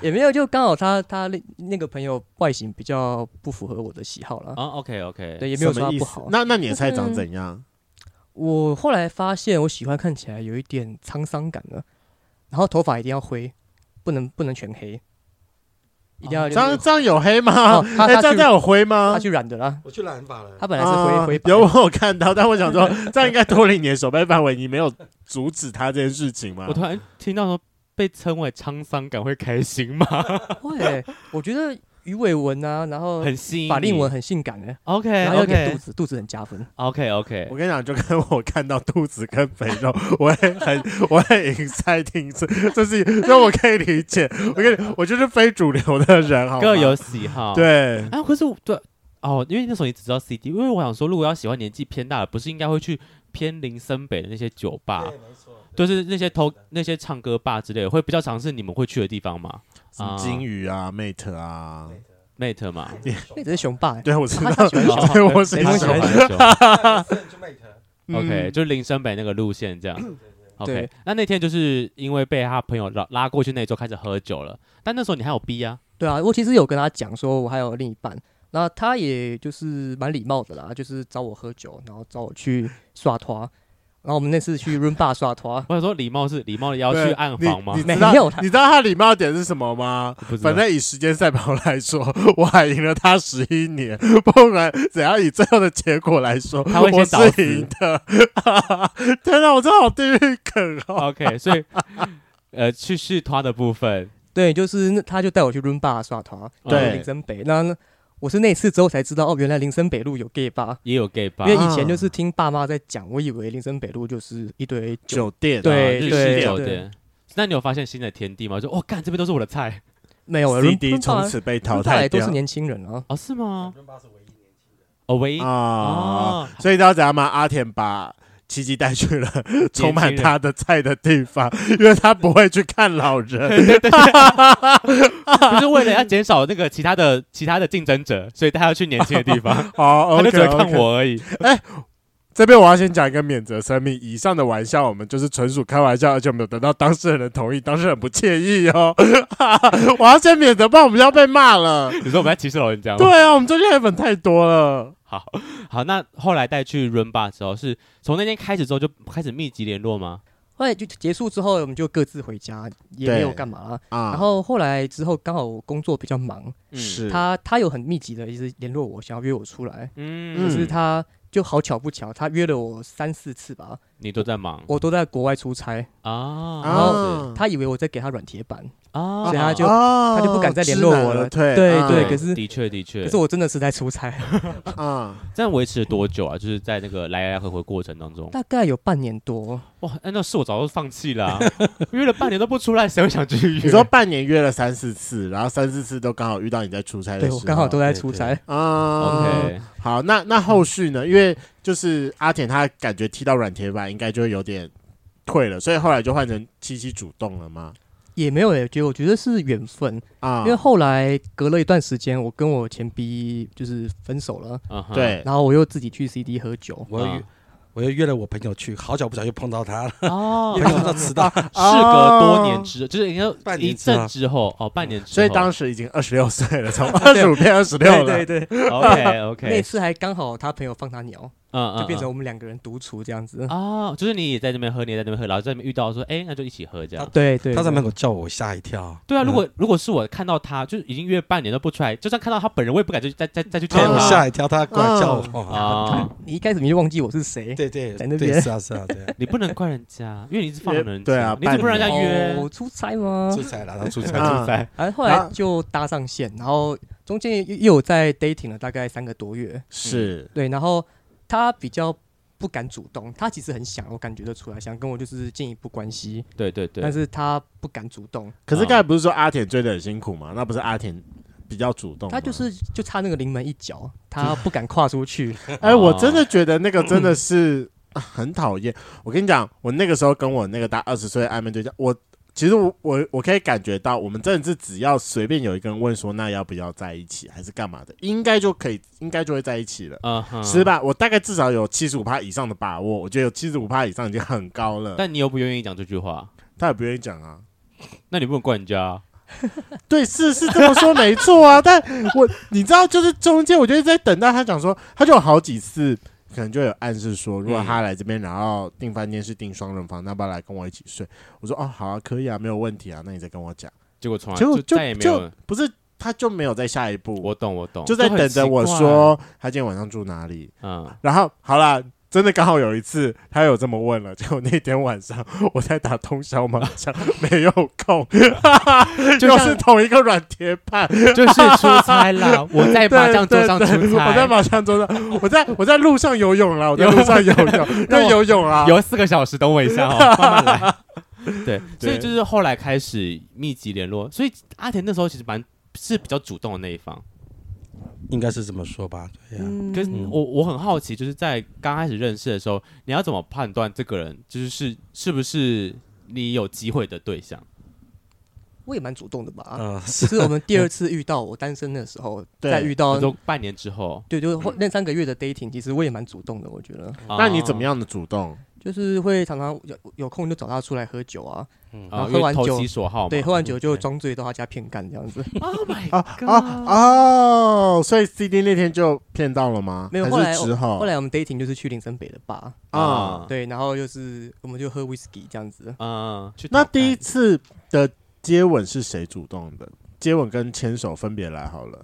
也没有就刚好他他那那个朋友外形比较不符合我的喜好了，
哦 OK OK，
对，也没有
什
说
么
他
意
不
思
好？。
那那你的菜长怎样？
我后来发现，我喜欢看起来有一点沧桑感了，然后头发一定要灰，不能不能全黑。一定要
哦这样这样有黑吗
哦？他
哎，
他
这样
去
这样有灰吗
他？去染的啦，
我去染发了
他。本来是灰
啊
灰白
有我有看到，但我想说，这样应该脱离你的手背范围，你没有阻止他这件事情吗
我？突然听到说被称为沧桑感会开心 吗？
会，我觉得鱼尾纹啊，然后
很吸引
法令
你
纹很性感的，
哎
OK
然后有点肚
OK
子，肚子很加分。
OK OK，
我跟你讲，就跟我看到肚子跟肥肉，我也很，我也很在听这，这是，这我可以理解。我跟你，我就是非主流的人，好吗
各有喜好。，
对，
啊，可是我对哦，因为那时候你只知道 CD，因为我想说，如果要喜欢年纪偏大的，不是应该会去偏林森北的那些酒吧，就是那些偷那些唱歌吧之类的，会比较常是你们会去的地方嘛
什么金鱼啊，mate 啊，
？Mate 嘛，
那只是熊爸欸，
对我知
他
道
他喜欢 熊，
对我是
雷蒙喜欢
熊
熊
嗯
OK，就林森北那个路线这样。OK，
对
那那天就是因为被他朋友拉拉过去那一周开始喝酒了，但那时候你还有逼啊，
对啊，我其实有跟他讲说，我还有另一半，那他也就是蛮礼貌的啦，就是找我喝酒，然后找我去刷拖，然后我们那次去 Room Bar 刷拖，
我想说礼貌是礼貌的要
对
去暗房吗
你？
没
你知道
有啦
你知道他礼貌的点是什么吗？
不知道
反正以时间赛跑来说，我还赢了他十一年。不然，只要以最后的结果来说，
他会先
我
倒
是赢的。 天哪，我真的好地狱梗哦！
OK，所以呃，去试他的部分，
对，就是那他就带我去 Room Bar 刷拖，
对
就是林森北，那那我是那次之后才知道，哦，原来林森北路有 gay bar，
也有 gay 吧
因为，以前
啊
就是听爸妈在讲，我以为林森北路就是一堆
酒
酒，
店啊
对
日
对
式酒
对
店。那你有发现新的天地吗？就哦，干这边都是我的菜
没有 room-
CD
room bar-
从此被
room
淘
bar 来
汰
哎都
掉
是年轻人啊，
哦，是吗？哦，唯一
啊！
哦，
所以大家知道吗？阿田把奇迹带去了充满他的菜的 地方，因为他不会去看老人。
就是为了要减少那个其他的 其他的竞争者，所以他要去年轻的地 方，
好
他就
，OK，
只会看我而已。
这边我要先讲一个免责声明：以上的玩笑我们就是纯属开玩笑，而且没有得到当事人的同意，当事人不介意哦。 我要先免责，不然我们要被骂了。
你说我们在歧视老人家吗？
对啊，我们最近黑粉太多了。
好好，那后来带去 run bar 之后，是从那天开始之后就开始密集联络吗？
后来就结束之后，我们就各自回家，也没有
对
干嘛啦。
啊
然后后来之后刚好我工作比较忙，
是
他他有很密集的一直联络我，想要约我出来，
嗯，
可
嗯
是他就好巧不巧，他约了我三四次吧，
你都在忙
我都在国外出差，
啊？
然后
嗯
是
他以为我在给他软铁板，
啊，
所以他就
哦
他就不敢再联络我了
知难而退
对
啊
对可是
的确的确，
可是我真的是在出差，
啊，
这样维持了多久啊？就是在那个来来回回过程当中，
大概有半年多，
哇，哎那是我早就放弃了啊、约了半年都不出来，谁会想去约？
你说半年约了三四次，然后三四次都刚好遇到你在出差的
对
时候，
我刚好都在
对
出
对
差，
啊。
OK，
好，那那后续呢？因为就是阿田他感觉踢到软铁板，应该就会有点退了，所以后来就换成七七主动了嘛。
也没有也觉得我觉得是缘分，
啊，
因为后来隔了一段时间，我跟我前 B 就是分手了，
嗯哼，
对，
然后我又自己去 CD 喝酒，
我
啊
又约我又约了我朋友去，好巧不巧又碰到他了，
啊
哦
朋，友都迟到，
事隔多年之，就是应该
半
一
年之后
阵之后，哦，半年之后，
所以当时已经二十六岁了，从二十五变二十六了。
对对对，
OK
那
OK，
次还刚好他朋友放他鸟，
嗯嗯，
就变成
嗯
我们两个人独处这样子。
哦，就是你也在那边喝，你也在那边喝，然后在那边遇到说，哎，那就一起喝这样。
对对，
他在
对
门口叫我，吓一跳。
对啊，
嗯
如果如果是我看到他，就是已经约半年都不出来，就算看到他本人，我也不敢去再再再去见
对我
他
吓一跳，他过来叫我。
啊。
你一开始你就忘记我是谁，
对对，
在那
对
边
是啊是啊，对，
你不能怪人家，因为你一直放任人家，
对啊
你怎么不让人家约？
哦，出差吗
出？差了，他出差
啊
了。
出差
然后后
啊
来就搭上线，然后中间又又有在 dating 了大概三个多月，
是
对，然后他比较。不敢主动，他其实很想，我感觉得出来，想跟我就是进一步关系，
对对对
但，是他不敢主动，
可是刚才不是说阿田追的很辛苦吗？那不是阿田比较主动吗，
他就是就差那个临门一 脚，他不敢跨出去。
哎、我真
哦
的觉得那个真的是啊很讨厌。我跟你讲，我那个时候跟我那个大二十岁的暧昧对象，我其实我我我可以感觉到，我们真的是只要随便有一个人问说那要不要在一起，还是干嘛的，应该就可以，应该就会在一起了。
嗯哼
是？吧？我大概至少有七十五趴以上的把握，我觉得有七十五趴以上已经很高了。
但你又不愿意讲这句话，
他也不愿意讲啊。
那你不能怪人家啊。
对，是是这么说没错啊，但我你知道，就是中间我就一直在等到他讲说，他就有好几次可能就有暗示说，如果他来这边，然后订饭店是订双人房，那要不要来跟我一起睡？我说哦，好啊，可以啊，没有问题啊，那你再跟我讲。
结果从来
结果
就
就
再也没有
不是他就没有在下一步，
我懂我懂，
就在
很
等着我
奇怪，
说他今天晚上住哪里。
嗯，
然后好啦，真的刚好有一次他有这么问了，结果那天晚上我在打通宵麻将，没有空，
就
又
像
是同一个软铁板，
就是出差 啦，我在麻将桌上出
对对对
差，
我在麻将桌上，我在我在路上游泳啦，我在路上游泳，在游泳啊，
游四个小时，等我一下 哦，慢慢来。对，所
对
以就是后来开始密集联络，所以阿田那时候其实蛮是比较主动的那一方。
应该是这么说吧？对呀、
嗯
啊可是我我很好奇，就是在刚开始认识的时候，你要怎么判断这个人就是是是不是你有机会的对象？
我也蛮主动的吧。
嗯，
只是我们第二次遇到我单身的时候，
对
再遇到
你说半年之后，
对，就是后那三个月的 dating，其实我也蛮主动的，我觉得
啊
那你怎么
样？
样的主动？
就是会常常有有空就找他出来喝酒啊，然
啊，
后
因
喝
为
完酒
投其所好嘛。
对，喝完酒就装醉到他家骗干这样子，
Oh my
啊
god！
啊哦，所以 CD 那天就骗到了吗？
没有
还
后来
是之后
后来我们 dating 就是去林森北的吧，
啊、
对，然后就是我们就喝 whisky 这样子，
嗯，去
那
捣
第一
蛋
次的接吻是谁主动的？接吻跟牵手分别来好了，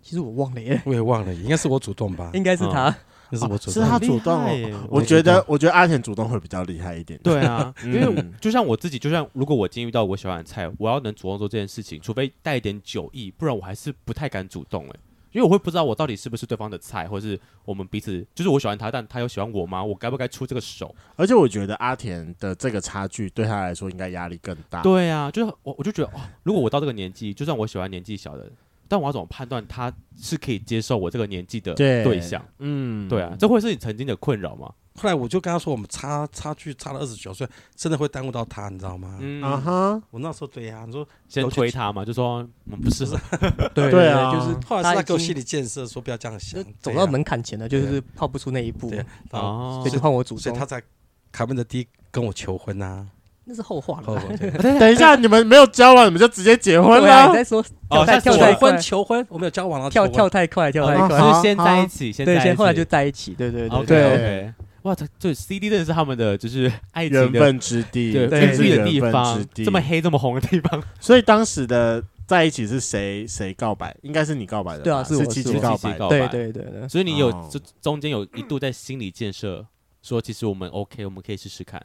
其实我忘了耶，
我也忘了，应该是我主动吧？
应该是他，
那是我主
是
动。
他
很厉
主动哦
害耶
我
我
觉
觉
得
得，
我觉得阿田主动会比较厉害一点。
对啊，因为我
嗯
就像我自己，就像如果我今天遇到我喜欢的菜，我要能主动做这件事情，除非带一点酒意，不然我还是不太敢主动哎、因为我会不知道我到底是不是对方的菜，或是我们彼此就是我喜欢他，但他又喜欢我吗？我该不该出这个手？
而且我觉得阿田的这个差距对他来说应该压力更大。
对啊，就是我我就觉得，哦，如果我到这个年纪，就算我喜欢年纪小的，但我要怎么判断他是可以接受我这个年纪的
对
对象？
嗯，
对啊，这会是你曾经的困扰吗？
后来我就跟他说，我们差差距差了二十九岁，真的会耽误到他，你知道吗？
啊
嗯，
哈，
我那时候对呀、你说
先推他嘛，就说我们不适合，
对
对啊
就是
后来是他
已
给我
经
心理建设，说不要这样
就
想，
走
对
到
呀，
门槛前了，就是跨不出那一步，所
对呀然后
哦
以就换我主
所以
动
他，才卡门的第一跟我求婚呐、
那是后话
啊，后
了。
对
等一 下，你们没有交往，你们就直接结婚
对啊，
了
你？在说
哦
跳太
下次
跳
我
太
求
快
婚，求婚，我们有交往了，
跳
求婚
跳太快，跳
哦
太
啊
快，
就是
好
先在一起，先在
对，
一起
先后来就在一起，对对对
OK
对，
OK，哇，这这 CD 真的是他们的就是爱
缘
情的
分之地，
对
这
珍
是
贵的
缘
地
分之
方，
地。
这么黑这么红的地方，
所以当时的在一起是谁谁告白？应该是你告白的吧，
对啊是我
七
是
七
我
告
七七
白的。
告
对
白
对对对，
所以你有
哦
这中间有一度在心理建设，说其实我们 OK，我们可以试试看。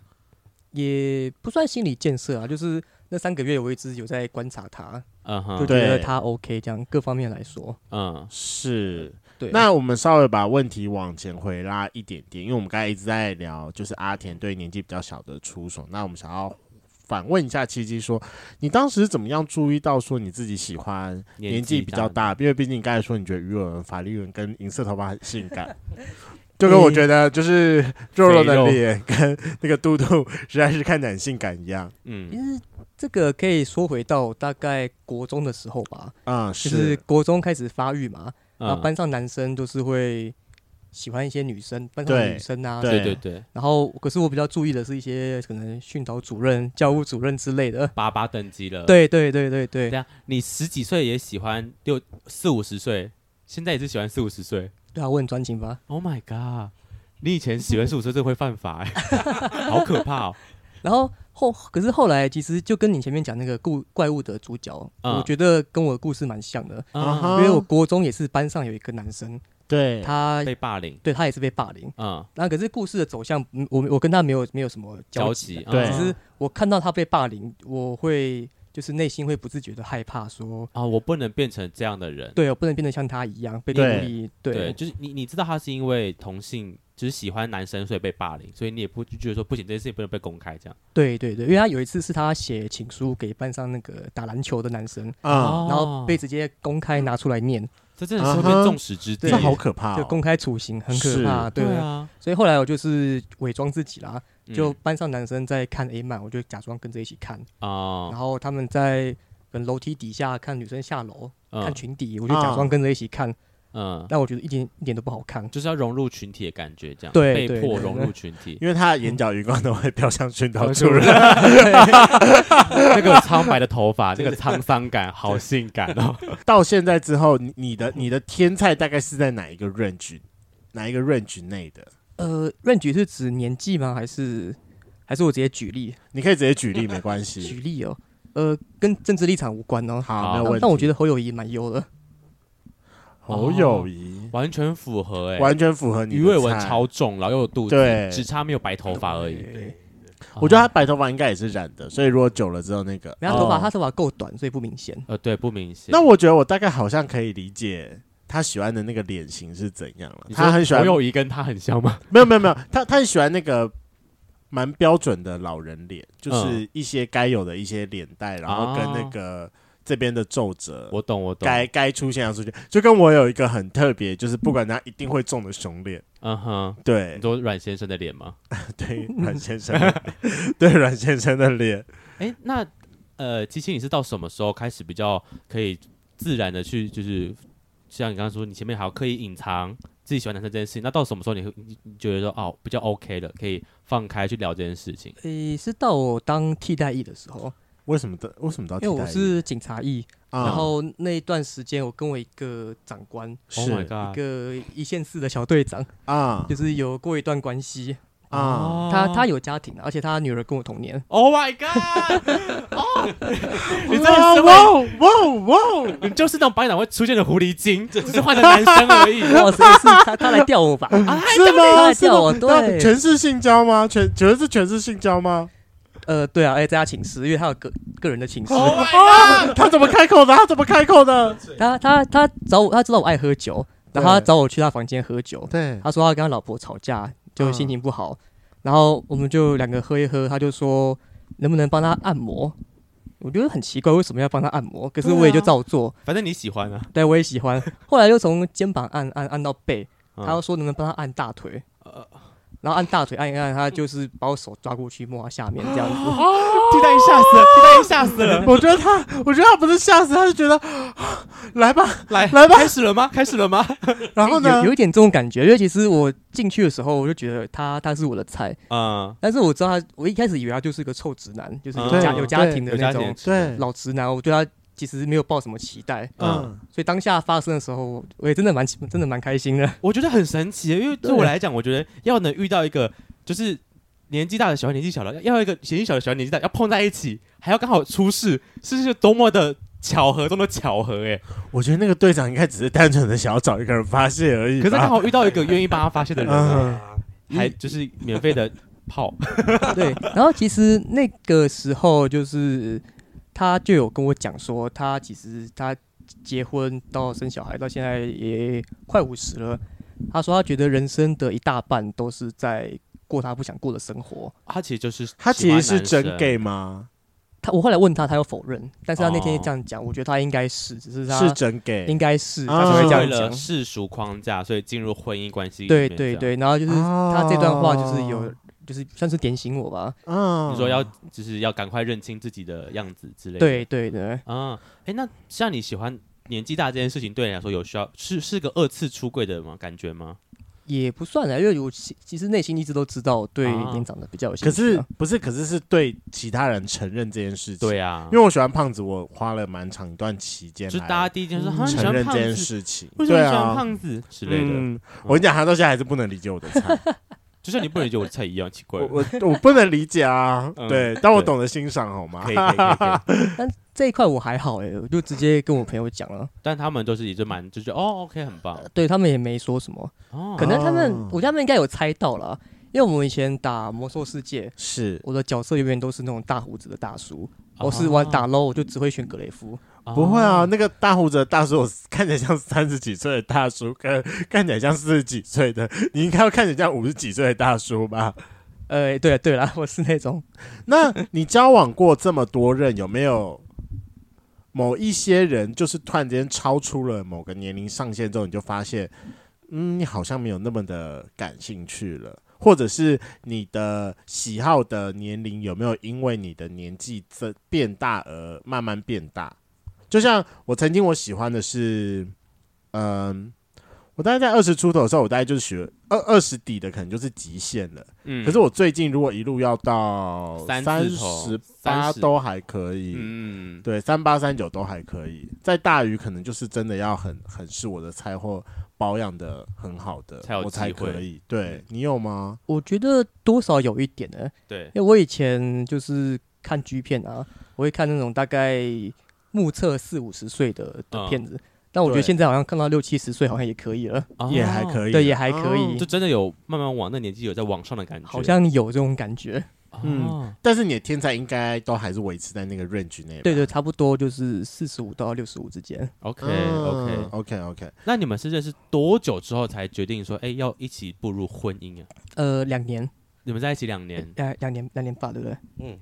也不算心理建设啊，就是那三个月我一直有在观察他，
嗯
就
哼，
觉得
对
他 OK，这样各方面来说，
嗯，
是，
对，
那我们稍微把问题往前回拉一点点，因为我们刚才一直在聊，就是阿田对年纪比较小的出手。那我们想要反问一下七七说，你当时怎么样注意到说你自己喜欢年纪比较
大，
大？因为毕竟你刚才说你觉得鱼尾纹、法令纹跟银色头发很性感，就跟我觉得就是肉肉的
肥肉
脸跟那个肚肚实在是看起来很性感一样。
嗯
其实这个可以说回到大概国中的时候吧，
啊、
就是
是
国中开始发育嘛，然后
嗯，
班上男生都是会喜欢一些女生，班上的
对
女生啊，
对
对
对对，
然后可是我比较注意的是一些可能训导主任、教务主任之类的，
八八等级了。，
对对对对对
这，样你十几岁也喜欢六四五十岁，现在也是喜欢四五十岁。
对啊，我很专情吧？
Oh my god！你以前喜欢四五十岁这会犯法、欸， 好可怕哦！
然后后可是后来其实就跟你前面讲那个故怪物的主角，
嗯
我觉得跟我的故事蛮像的，
啊哈
嗯，
因为我国中也是班上有一个男生，
对
他
被霸凌，
对他也是被霸凌。
嗯，
那可是故事的走向，嗯我我跟他没有没有什么
交
交
集，
集，啊
对
只
嗯
是我看到他被霸凌，我会就是内心会不自觉的害怕说，
啊，我不能变成这样的人。
对我不能变得像他一样被
对
孤立，
对，
对
就是你你知道他是因为同性就是喜欢男生所以被霸凌，所以你也不就觉得说不行，这件事情不能被公开这样。
对对对，因为他有一次是他写情书给班上那个打篮球的男生，
啊，
哦
然后被直接公开拿出来念，
这真的是会变众矢之的。
对
这好可怕、
就
哦。
公开处刑，很可
是
怕，对
对啊，
所以后来我就是伪装自己啦，
嗯
就班上男生在看 A 漫，我就假装跟着一起看，然
啊，
后他们在跟楼梯底下看女生下楼，看
嗯
裙底，我就假装跟着一起看，
嗯，
但我觉得一点一点都不好看。
就是要融入群体的感觉，这样
对
被
对
迫
对
融
对
入群体。
因为他的眼角余光都会飘向训导
嗯
主任，
那个苍白的头发，那个沧桑感，好性感哦。
到现在之后，你你的你的天菜大概是在哪一个 range，哪一个 range 内的？
呃，range 是指年纪吗？还是还是我直接举例？
你可以直接举例，没关
举
系。
例哦，呃，跟政治立场无关哦。
好，
好
没有
但
问题。
但我觉得侯友谊蛮优的，
侯友谊
完全符合哎、
完全符合你
鱼
的
尾纹
菜
超重，然后又有肚子
对，
只差没有白头发而已。
哦
啊
对，
我觉得他白头发应该也是染的，所以如果久了之后那个，
没有他头发，
哦
他头发够短，所以不明显。
呃对不明显。
那我觉得我大概好像可以理解他喜欢的那个脸型是怎样了。
你说
他很喜欢
侯，友谊跟他很像 吗？
没有没有没有，他他很喜欢那个蛮标准的老人脸，就是一些该有的一些脸蛋，然后跟那个这边的皱褶。
我懂我懂。
该该出现要出现，就跟我有一个很特别，就是不管他一定会中的熊脸，
嗯哼，
对
你说阮先生的脸吗？
对，阮先生的脸，对阮先生的脸，
哎、那呃，七七你是到什么时候开始比较可以自然的去，就是像你刚刚说，你前面还要刻意隐藏自己喜欢男生这件事情，那到什么时候你会你你觉得说哦比较 OK 了，可以放开去聊这件事情？
诶，是到我当替代役的时候，
为什么的？为什么到哦替
因为我
代役
是警察役，
啊
然后那一段时间我跟我一个长官，
Oh my
是
god！
一个一线四的小队长，
啊
就是有过一段关系。
啊！
哦
他他有家庭，而且他女儿跟我同年。
，Oh my god！
你真的哇哇哇！
你就是那种白党会出现的狐狸精，只是换成男生而 已。
哦
哇塞，是他他来钓我吧？
是吗？
他
是
叫
吗
我？
那
对，
全是性交吗？全觉得是全是性交吗？
呃，对啊，哎，在他寝室，因为他有个个人的寝室，
哦 Oh
啊！他怎么开口的？他怎么开口的？
他他他找我，他知道我爱喝酒，然后他
对
找我去他房间喝酒，
对，
他说他跟他老婆吵架，就心情不好，然后我们就两个喝一喝，他就说能不能帮他按摩？我觉得很奇怪，为什么要帮他按摩？可是我也就照做，
反正你喜欢啊。
对,、我也喜欢。后来又从肩膀按按按到背，
嗯
他又说能不能帮他按大腿，
呃
然后按大腿按一按，他就是把我手抓过去摸他下面这样子。
替代役吓死了，替代役吓死了。
我觉得他，我觉得他不是吓死，他是觉得啊来吧，
来
来吧
开始了 吗？开始了吗？
然后呢
有？有一点这种感觉，因为其实我进去的时候，我就觉得他他是我的菜，
嗯，
但是我知道他，我一开始以为他就是个臭直男，就是有
嗯
家、
对
有家庭的
有
那
家庭
种
对，
老直男，我对他其实没有抱什么期待，
嗯，
嗯，
所以当下发生的时候，我我也真的蛮真的蛮开 心的。
我觉得很神奇，因为对我来讲，我觉得要能遇到一个就是年纪大的喜欢年纪小的，要一个年纪小的喜欢年纪大，要碰在一起，还要刚好出事，是是多么的巧合中的巧合 哎、
我觉得那个队长应该只是单纯的想要找一个人发泄而已吧。
可是刚好遇到一个愿意帮他发泄的人啊，
嗯，
还就是免费的泡，
对，然后其实那个时候就是他就有跟我讲说，他其实他结婚到生小孩到现在也快五十了，他说他觉得人生的一大半都是在过他不想过的生活。
他其实就是
他其实是
喜欢
真
男生
gay 吗？
他我后来问他，他又否认，但是他那天
哦
这样讲，我觉得他应该是，只是他
是真 gay
应该是
啊
嗯
他才会
是
这
为
样
了
讲。
世俗框架，所以进入婚姻关系里
对
面这
对
样。啊
对，然后就是
哦
他这段话就是有，就是算是点醒我吧。
嗯，
你说要就是要赶快认清自己的样子之类的。
对对对，
啊，哎，那像你喜欢年纪大这件事情，对你来说有需要是是个二次出柜的吗？感觉吗？
也不算啊啦，因为我其其实内心一直都知道我对
啊
年长的比较有兴
可
趣
是
啊。
不是？嗯可是是对其他人承认这件事情。
对啊，
因为我喜欢胖子，我花了蛮长一段期间
就是
来
大家第一
嗯
件事，啊哈，你喜
承
欢
认这
胖
件
子，
事情。
为什么
对
你喜欢
啊，
胖子之类的？
嗯，我跟你讲，他到现在还是不能理解我 的菜，
就像你不能觉得我菜一样奇怪
我。我我不能理解啊。
嗯
对，但我懂得欣赏，好吗
可？以可以可以， 可以
但这一块我还好哎、我就直接跟我朋友讲了，
但他们都是也就蛮就觉得哦，OK，很棒
对他们也没说什么，
哦
可能他们、
哦
我觉得他们应该有猜到了，因为我们以前打魔兽世界，
是，
我的角色永远都是那种大胡子的大叔，
啊
我是
哦
玩打 low 我就只会选格雷夫，
不会啊。，那个大胡子的大叔，我看起来像三十几岁的大叔，跟看起来像四十几岁的，你应该要看起来像五十几岁的大叔吧？
呃，对对啦， 我是那种
那你交往过这么多人，有没有某一些人就是突然间超出了某个年龄上限之后，你就发现，嗯，你好像没有那么的感兴趣了，或者是你的喜好的年龄有没有因为你的年纪增变大而慢慢变大？就像我曾经我喜欢的是，嗯、我大概在二十出头的时候，我大概就是学二二十底的，可能就是极限了。
嗯
可是我最近如果一路要到
三字头
十八
30
都还可以，
嗯，
对，三八三九都还可以。再大于可能就是真的要很很是我的菜或保养的很好的，
才有
我才
机会
可以。对你有吗？
我觉得多少有一点呢，
对
因为我以前就是看 G 片啊，我会看那种大概目测四五十岁的的
嗯
片子。但我觉得
对
现在好像看到六七十岁好像也可以了，
哦
也还可以，
对，也还可
哦
以
就，真的有慢慢往那年纪有在往上的感觉，
好像有这种感觉。
嗯，
但是你的天才应该都还是维持在那个 range 内吧。
对对，差不多就是四十五到六十五之间。
OK
嗯
OK，
OK OK，
那你们是认识多久之后才决定说，哎，要一起步入婚姻啊？
呃，两年，
你们在一起两年，
两两年两年半，对不 对？
嗯，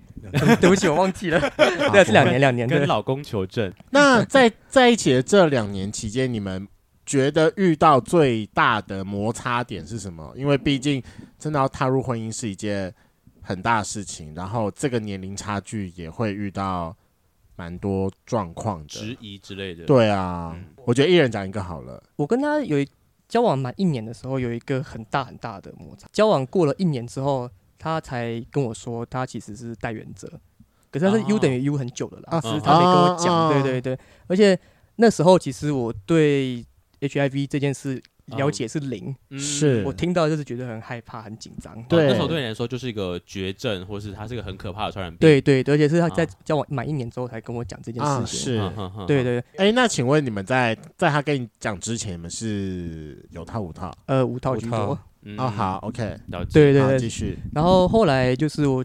对不起，我忘记了，对，是两年两年。对
跟，老公求证，
那在在一起的这两年期间，你们觉得遇到最大的摩擦点是什么？因为毕竟真的要踏入婚姻是一件很大的事情，然后这个年龄差距也会遇到蛮多状况
质
的。
疑之类的。，
对啊，
嗯
我觉得一人讲一个好了。
我跟他有一交往满一年的时候，有一个很大很大的摩擦。交往过了一年之后，他才跟我说，他其实是代原则，可是他是
哦
U 等于 U 很久了啦，
啊
只是他没跟我讲。
啊啊
对对对，而且那时候其实我对 HIV 这件事了解是零，
嗯
是
我听到就是觉得很害怕、很紧张。
对
那时候对你来说就是一个绝症，或是它是一个很可怕的传染病。
对对对，而且是他在
啊
交往满一年之后才跟我讲这件
啊，
事情。
是。
嗯，哼哼
对，对，对
哎、那请问你们在在他跟你讲之前，你们是有套五套？
呃，五套
五
居
套
多。
嗯
哦，好，，OK，
了解。
对对
好，
对，
继续。
然后后来就是我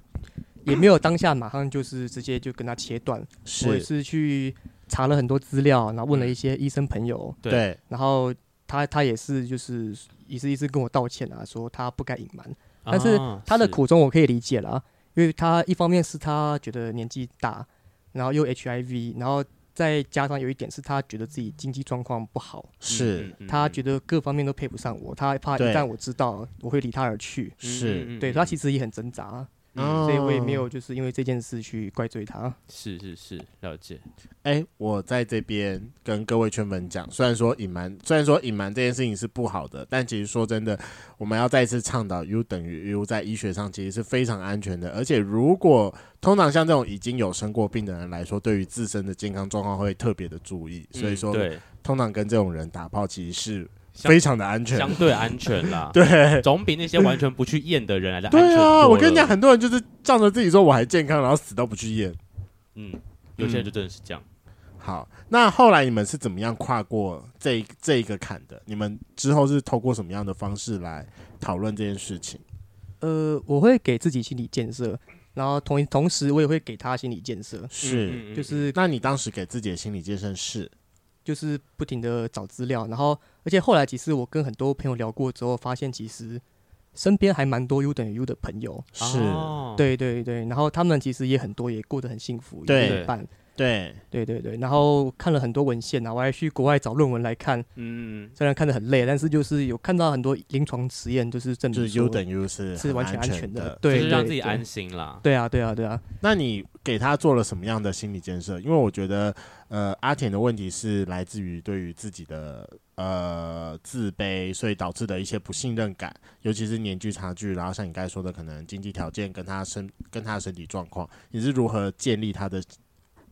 也没有当下马上就是直接就跟他切断，我也
是，
是去查了很多资料，然后问了一些医生朋友，
对
对，
然后他他也是就是一次一次跟我道歉啊，说他不该隐瞒，但是
啊
他的苦衷我可以理解啦，因为他一方面是他觉得年纪大，然后又 HIV，然后再加上有一点是他觉得自己经济状况不好，
嗯
是，，
他觉
得
得各方面都配不上我，他怕一
对
旦我知道我会离他而去，
嗯
是，
对他其
实
实也很挣扎。
嗯
所以我也没有就是因为这件事去怪罪他。
是是是了解。
哎、我在这边跟各位圈粉讲，虽然说隐瞒，虽然说隐瞒这件事情是不好的，但其实说真的，我们要再次倡导 U 等于 U，在医学上其实是非常安全的。而且，如果通常像这种已经有生过病的人来说，对于自身的健康状况会特别的注意，所以
嗯
说，
对，
通常跟这种人打炮其实是
相
非常的安 全。，
相对安全啦
对，
总比那些完全不去验的人来的安全
对
多
啊，
了
我跟你讲，，很多人就是仗着自己说我还健康，然后死都不去验。
嗯，有些人就真的是这样。
好，那后来你们是怎么样跨过这一这一个坎的？你们之后是透过什么样的方式来讨论这件事情？
呃，我会给自己心理建设，然后同同时我也会给他心理建设，
是，
嗯嗯嗯
就是
那你当时给自己的心理建设是
就是不停的找资料，然后而且后来其实我跟很多朋友聊过之后，发现其实身边还蛮多 U 等于 U 的朋友，
是，
哦
对对对，然后他们其实也很多也过得很幸福，
对
有另一半，
对，
对对对，然后看了很多文献啊，我还去国外找论文来看，
嗯，嗯嗯
虽然看得很累，但是就是有看到很多临床实验，就是证
就
明
是 U
说
等于 U 是
是
很
完全安全
的。
对，
就是让
对
自己
对
安心啦。
对啊，对啊，对啊，
那你给他做了什么样的心理建设？因为我觉得，呃，阿田的问题是来自于对于自己的呃自卑，所以导致的一些不信任感，尤其是年纪差距，然后像你刚才说的，可能经济条件跟他身跟他的身体状况，你是如何建立他的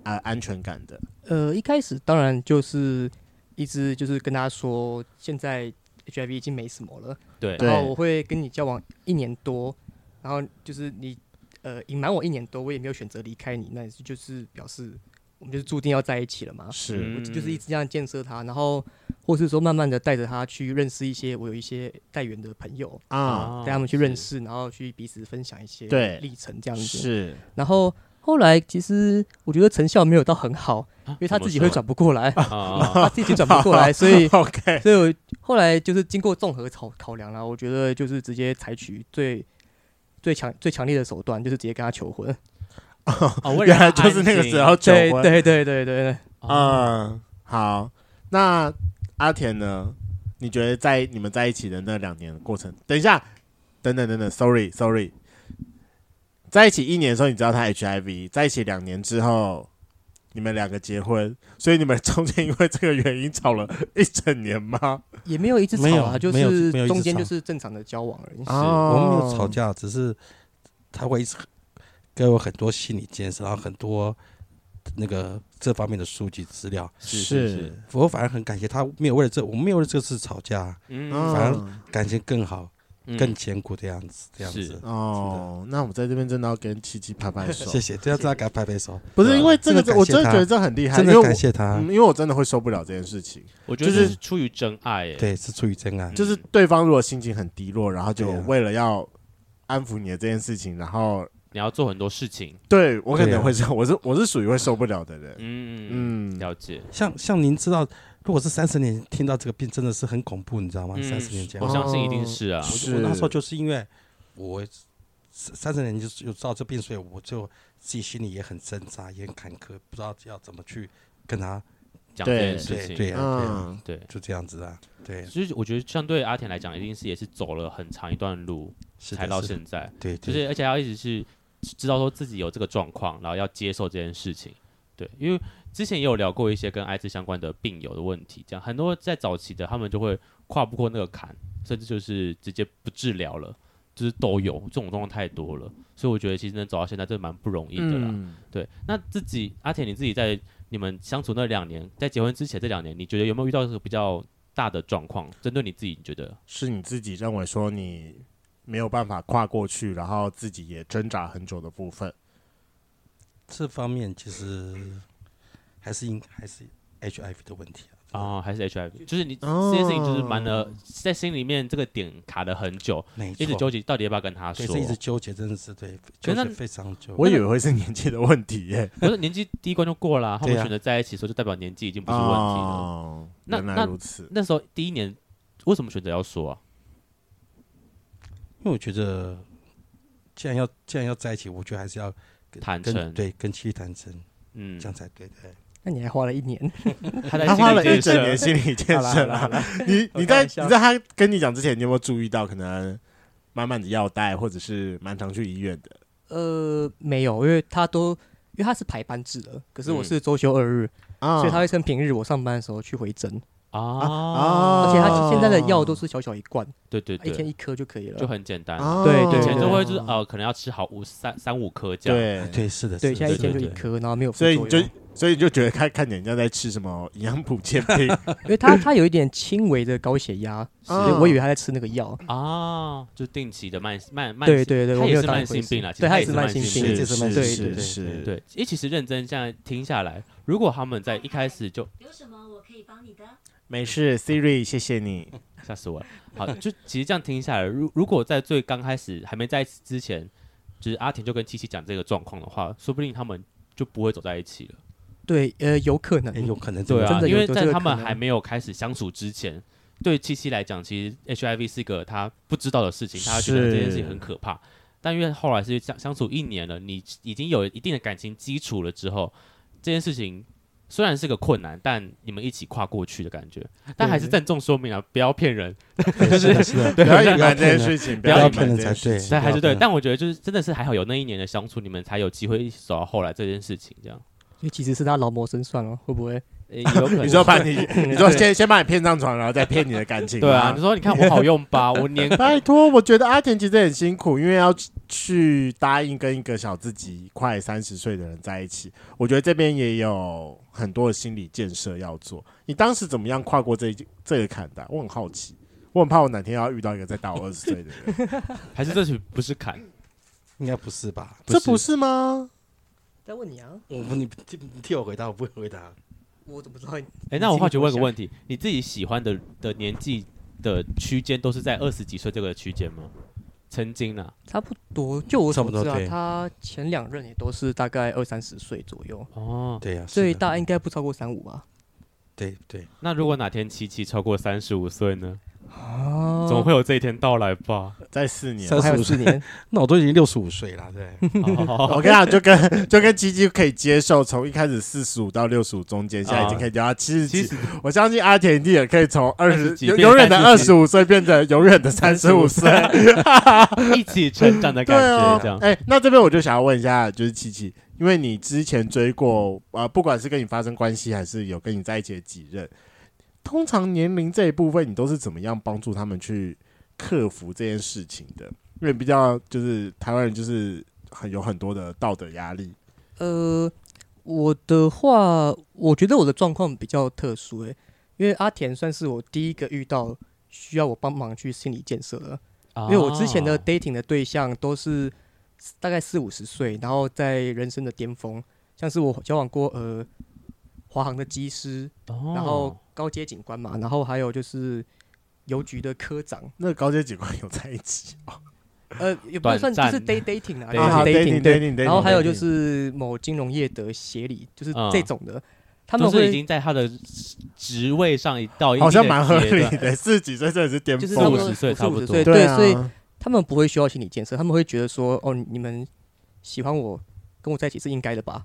啊、呃安全感的？
呃，一开始当然就是一直就是跟他说，现在 HIV 已经没什么了，
对
对
然后我会跟你交往一年多，然后就是你呃隐瞒我一年多，我也没有选择离开你，那就是表示我们就是注定要在一起了嘛。
嗯
是，
我就是一直这样建设他，然后或是说慢慢的带着他去认识一些我有一些带源的朋友，
哦
啊，
带他们去认识，然后去彼此分享一些
对
历程这样子。
是
然后后来其实我觉得成效没有到很好，因为他自己会转不过来，
啊，
他自己转不过来，所以
哦 OK，
所以我后来就是经过综合考考量啦，我觉得就是直接采取最最强最强烈的手段，就是直接跟他求婚。
哦为了
原来
让他
就是那个时候求
对
婚
对对对对，
啊，
嗯，好，那阿田呢？你觉得在你们在一起的那两年的过程，等一下，等等等等，sorry sorry，在一起一年的时候，你知道他 HIV，在一起两年之后，你们两个结婚，所以你们中间因为这个原因吵了一整年吗？
也没有一直
没
吵
有
啊，就
没有
是
没有一直
中间
吵
就是正常的交往而已。
哦
我们没有吵，架，只是他会一直给我很多心理建设，然后很多那个这方面的数据资料。
是
是
是是，
我反而很感谢他，没有为了这，我们没有为了这次吵架，
嗯
嗯
反而感情更好。
嗯
更艰苦的样子，这样
是
子。
哦，那我在这边真的要跟七七拍拍手
谢，
哦
谢，这样大家给他拍拍手，
不是因为这个
真的，感谢
我真的
他
觉得这很厉害，
真
因
的
为我
感谢他
嗯，。因为我真的会受不了这件事情，
我觉得
就是
这是出于真爱、欸，
对，是出于真爱
嗯，
就是对方如果心情很低落，然后就
对啊
为了要安抚你的这件事情，然后
你要做很多事情，
对我可
对
能
啊
会这样，我是我是属于会受不了的人，
嗯嗯，
嗯，
了解。
像像您知道，如果是三十年听到这个病，真的是很恐怖，你知道吗？三十年前，
嗯我
我
相信一定是啊，
哦
我那时
是
候就是因为我三十年就就知道这病，所以我就自己心里也很挣扎，也很坎坷，不知道要怎么去跟他。
讲这件
对
事
对
情，
对呀、对呀、
嗯，
对
就这样子啊，对，
其实我觉得相对阿田来讲，一定是也是走了很长一段路
是的
才到
是的
现在，
对，
就
对
是而且要一直是知道说自己有这个状况，然后要接受这件事情。对，因为之前也有聊过一些跟艾滋相关的病友的问题，这样很多在早期的他们就会跨不过那个坎，甚至就是直接不治疗了，就是都有这种状况太多了，所以我觉得其实能走到现在真的蛮不容易的啦。
嗯，
对，那自己阿田你自己在你们相处那两年，在结婚之前这两年，你觉得有没有遇到一个比较大的状况？针对你自己，你觉得？
是你自己认为说你没有办法跨过去，然后自己也挣扎很久的部分，
这方面其实还是应还是 HIV 的问题啊。
哦，还是 HIV，就是你
哦
这件事情就是瞒了，在心里面这个点卡了很久，
没错，
一直纠结到底要不要跟他
对，
说
是。一直纠结，真的是对，
可
纠
是那
结非常久。
我以为会是年纪的问题耶，
可是年纪第一关就过了啊，他们
对啊
选择在一起的时候就代表年纪已经不是问题了。
哦
那
原来
那
如此，
那时候第一年为什么选择要说啊？
因为我觉得，既然要既然要在一起，我觉得还是要跟
坦
跟
诚
对，跟妻谈成，
嗯
这，样才对。对，
那你还花了一年，
他在
他
心
花
理
了
建
一整
设
年心理建设
好啦好啦好啦
你
我
你
开
在
玩笑
你在他跟你讲之前，你有没有注意到可能满满的药袋，或者是蛮常去医院的？
呃，没有，因为他都因为他是排班制的，可是我是周休二日，
啊
所以他会趁平日我上班的时候去回针，
啊
而且他现在的药
哦
都是小小一罐，
对对
一天
对，
一颗就可啊以了。
就很简单。
哦
对对
以前
啊对
就会就是呃，可能要吃好五三三五颗这样。
对，
啊对，是的，
对，
是
现
的
在一
是的
天就
对
一颗，然后没有副
所
作
以
用。
你就所以你就觉得看看人家在吃什么营养补 健品
因为他他有一点轻微的高血压，所以
嗯
我以为他在吃那个药。
啊，就定期的慢慢慢
对
性，
对对，
它
我没
也
有
是
当一
慢
回
性
事
病啦，啊其
对，
实
他
它
也
也
是
是
慢
性
性
病
病
这。是慢
是
性
是
病对
是，
对，因为其实认真这样听下来，如果他们在一开始就
有什么我可以帮你的？
没事，Siri，谢谢你。
吓死我了，好，就其实这样听下来，如如果在最刚开始还没在一起之前，就是阿田就跟七七讲这个状况的话，说不定他们就不会走在一起了。
对，呃，有可
哎
能。
有可能
对
真
啊，
的
真的
因
有
为
有
在
这个
他们
可能
还没有开始相处之前，对七七来讲，其实 HIV 是个他不知道的事情，他觉得
是
这件事情很可怕。但因为后来是相相处一年了，你已经有一定的感情基础了之后，这件事情虽然是个困难，但你们一起跨过去的感觉。但还是郑重说明啊，不要骗人，
对是的，是的，
不要隐
不要
瞒这
骗
件
人，
事情，
不要
隐
骗
瞒
人
这件
才
事
对
情
但还是对。
不要骗人
但我觉得就是真的是还好有那一年的相处，你们才有机会一起走到后来这件事情这样。
因为其实是他劳模身算了，会不会？
诶有可能
你 说把你，你说先先把你骗上床，然后再骗你的感情吗。
对啊，你说你看我好用吧，我年
拜托，我觉得阿田其实很辛苦，因为要去答应跟一个小自己快三十岁的人在一起。我觉得这边也有很多的心理建设要做。你当时怎么样跨过这一这个坎的啊？我很好奇，我很怕我哪天要遇到一个再大我二十岁的 人，
还是这是不是砍？
应该不是吧？
这不，是吗？
再问你啊，
我你你替我回答，我不会回答。
我怎么知道？
哎、那我好奇问个问题，你自己喜欢的的年纪的区间都是在二十几岁这个区间吗？曾经啊，
差不多，就我
差
所
不多
知啊
对，
他前两任也都是大概二三十岁左右，
哦，
对呀，啊是
最
的
大应该不超过三五吧？
对对，
那如果哪天七七超过三十五岁呢？
哦
啊
总会有这一天到来 吧？
在四年。
三
还有
35
四 年，
那我都已经六十五岁了，对，
我跟你讲，就跟就跟吉吉可以接受，从一开始四十五到六十五中间，现在已经可以聊到七十
其
几
实。
我相信阿田一定也可以从二
20
十
几
永
变
永远的二
30几
十五岁变成永远的三十 五岁。
一起成长的
对
感
哦
觉，这样。
哎、那这边我就想要问一下，就是琪琪，因为你之前追过啊、呃不管是跟你发生关系，还是有跟你在一起的几任，通常年龄这一部分，你都是怎么样帮助他们去克服这件事情的？因为比较就是台湾人就是很有很多的道德压力，
呃，我的话，我觉得我的状况比较特殊欸诶、因为阿田算是我第一个遇到需要我帮忙去心理建设的，
因
因为我之前
哦
的 dating 的对象都是大概四五十岁，然后在人生的巅峰，像是我交往过呃华航的机师，
哦
然后高阶警官嘛，然后还有就是邮局的科长，
那个高阶警官有在一起哦
呃也不能算就
短
是
暂
date dating 啊，就
dating 啊
是 dating 对。
dating，
然后还有就
dating
是某金融业的协理，就是
嗯
这种的，他
他
们
是已
会
经在他的职职位上一到一
好像
定的
蛮合
阶段
理的，四十几岁真的是巅
就是
差不
峰
多
了，
50岁差
四
不
五十
多
岁，
对
对，
啊，
所以他们不会需要心理建设，他们会觉得说，哦，你们喜欢我，跟我在一起是应该的吧？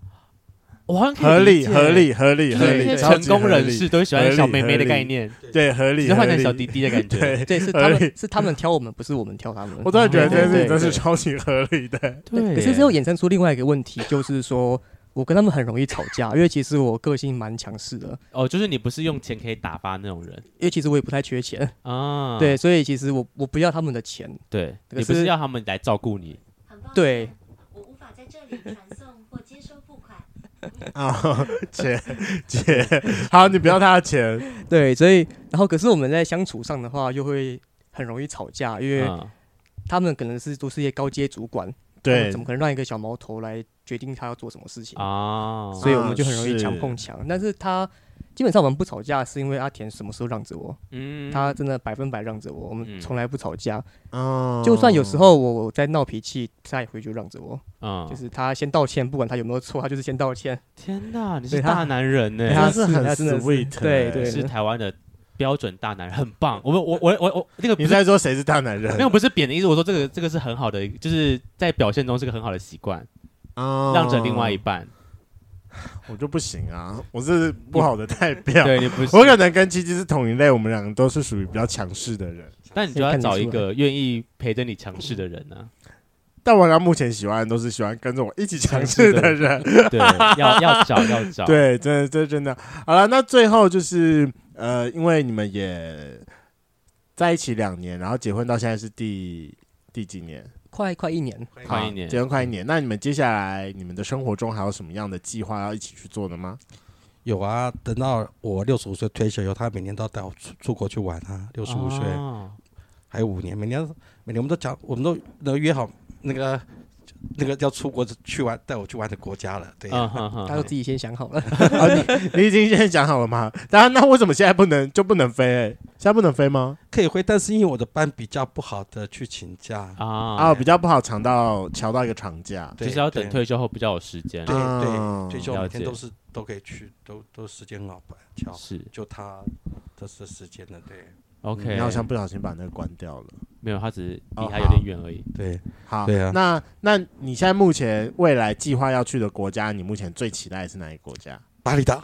我好像可以
合理
解
合，理合理
就
合
是
理
那些，
超
成
级
功
合
人
理
士都会喜欢
合理
小妹妹
合
的
理
概念，
对合理，
只是换
合
成
理
小弟弟的感觉。
对，
对，是
合
他
理
哎
们是他们挑我们，不是我们挑他们。
我突然觉得这件事情真是
对对对
超级合理 的。
对，
可是这又衍生出另外一个问题，就是说我跟他们很容易吵架，因为其实我个性蛮强势的，
哦，就是你不是用钱可以打发那种人
因为其实我也不太缺钱，
啊。
对，所以其实我我不要他们的钱，
对，
可
你不是
是
要他们来照顾你，
很抱歉
对，
我无法在这里传送或接收付款。
啊， 姐姐，好，你不要他的钱，
对，所以然后可是我们在相处上的话，就会很容易吵架，因为
嗯
他们可能是都是一些高阶主管，他们
对
怎，么可能让一个小毛头来决定他要做什么事情？
啊，
所以我们就很容
啊
易强
是
碰强。但是他基本上我们不吵架，是因为阿田什么时候让着我，
嗯
他真的百分百让着我，我
嗯
们从来不吵架。
哦
就算有时候我我在闹脾气，他也会就让着我，
嗯
就是他先道歉，不管他有没有错，他就是先道歉。
天哪，你是
对他
大男人呢、
对
他
他
是
是
很
他真的是
sweet，
对
欸
你
哎
对
是台湾的标准大男人，很棒。我们我我我我那个不
你
是
在说谁是大男人？
那个不是贬的意思，我说这个这个是很好的，就是在表现中是个很好的习惯，
哦
让着另外一，半。
我就不行啊，我是不好的代表。
对你不是
我，可能跟七七是同一类，我们两个都是属于比较强势的人，
但你就要找一个愿意陪着你强势的人啊呢、
但我刚目前喜欢的都是喜欢跟着我一起强势的人，
对，要要找要找。
对，真的，这真的。好了，那最后就是呃，因为你们也在一起两年，然后结婚到现在是第第几年？
快快一年，
快一年
好结婚快一年。那你们接下来你们的生活中还有什么样的计划要一起去做 的吗？
有啊，等到我六十五岁退休以后，他每年都要带我出出国去玩啊。六十五岁
哦
还有五年，每年每年我们都讲，我们都都约好那个那个要出国去玩，带我去玩的国家了。对啊、
嗯哼哼
他都自己先想好 了。
啊，你你已经先讲好了吗？当然，那为什么现在不能就不能飞、欸？现在不能飞吗？
可以回，但是因为我的班比较不好的去请假，
啊，
啊，比较不好抢到瞧到一个长假。
对
就是要等。
对
退休后比较有时间。
对
啊
对，退休
了
每天
解
都是都可以去，都都时间好吧，巧
是
就他的这时间了，对
OK，
嗯你好像不小心把那个关掉了。
没有，他只是
哦
离他有点远而已。
对。
好，
对啊
那那你现在目前未来计划要去的国家，你目前最期待的是哪一个国家？
巴厘岛，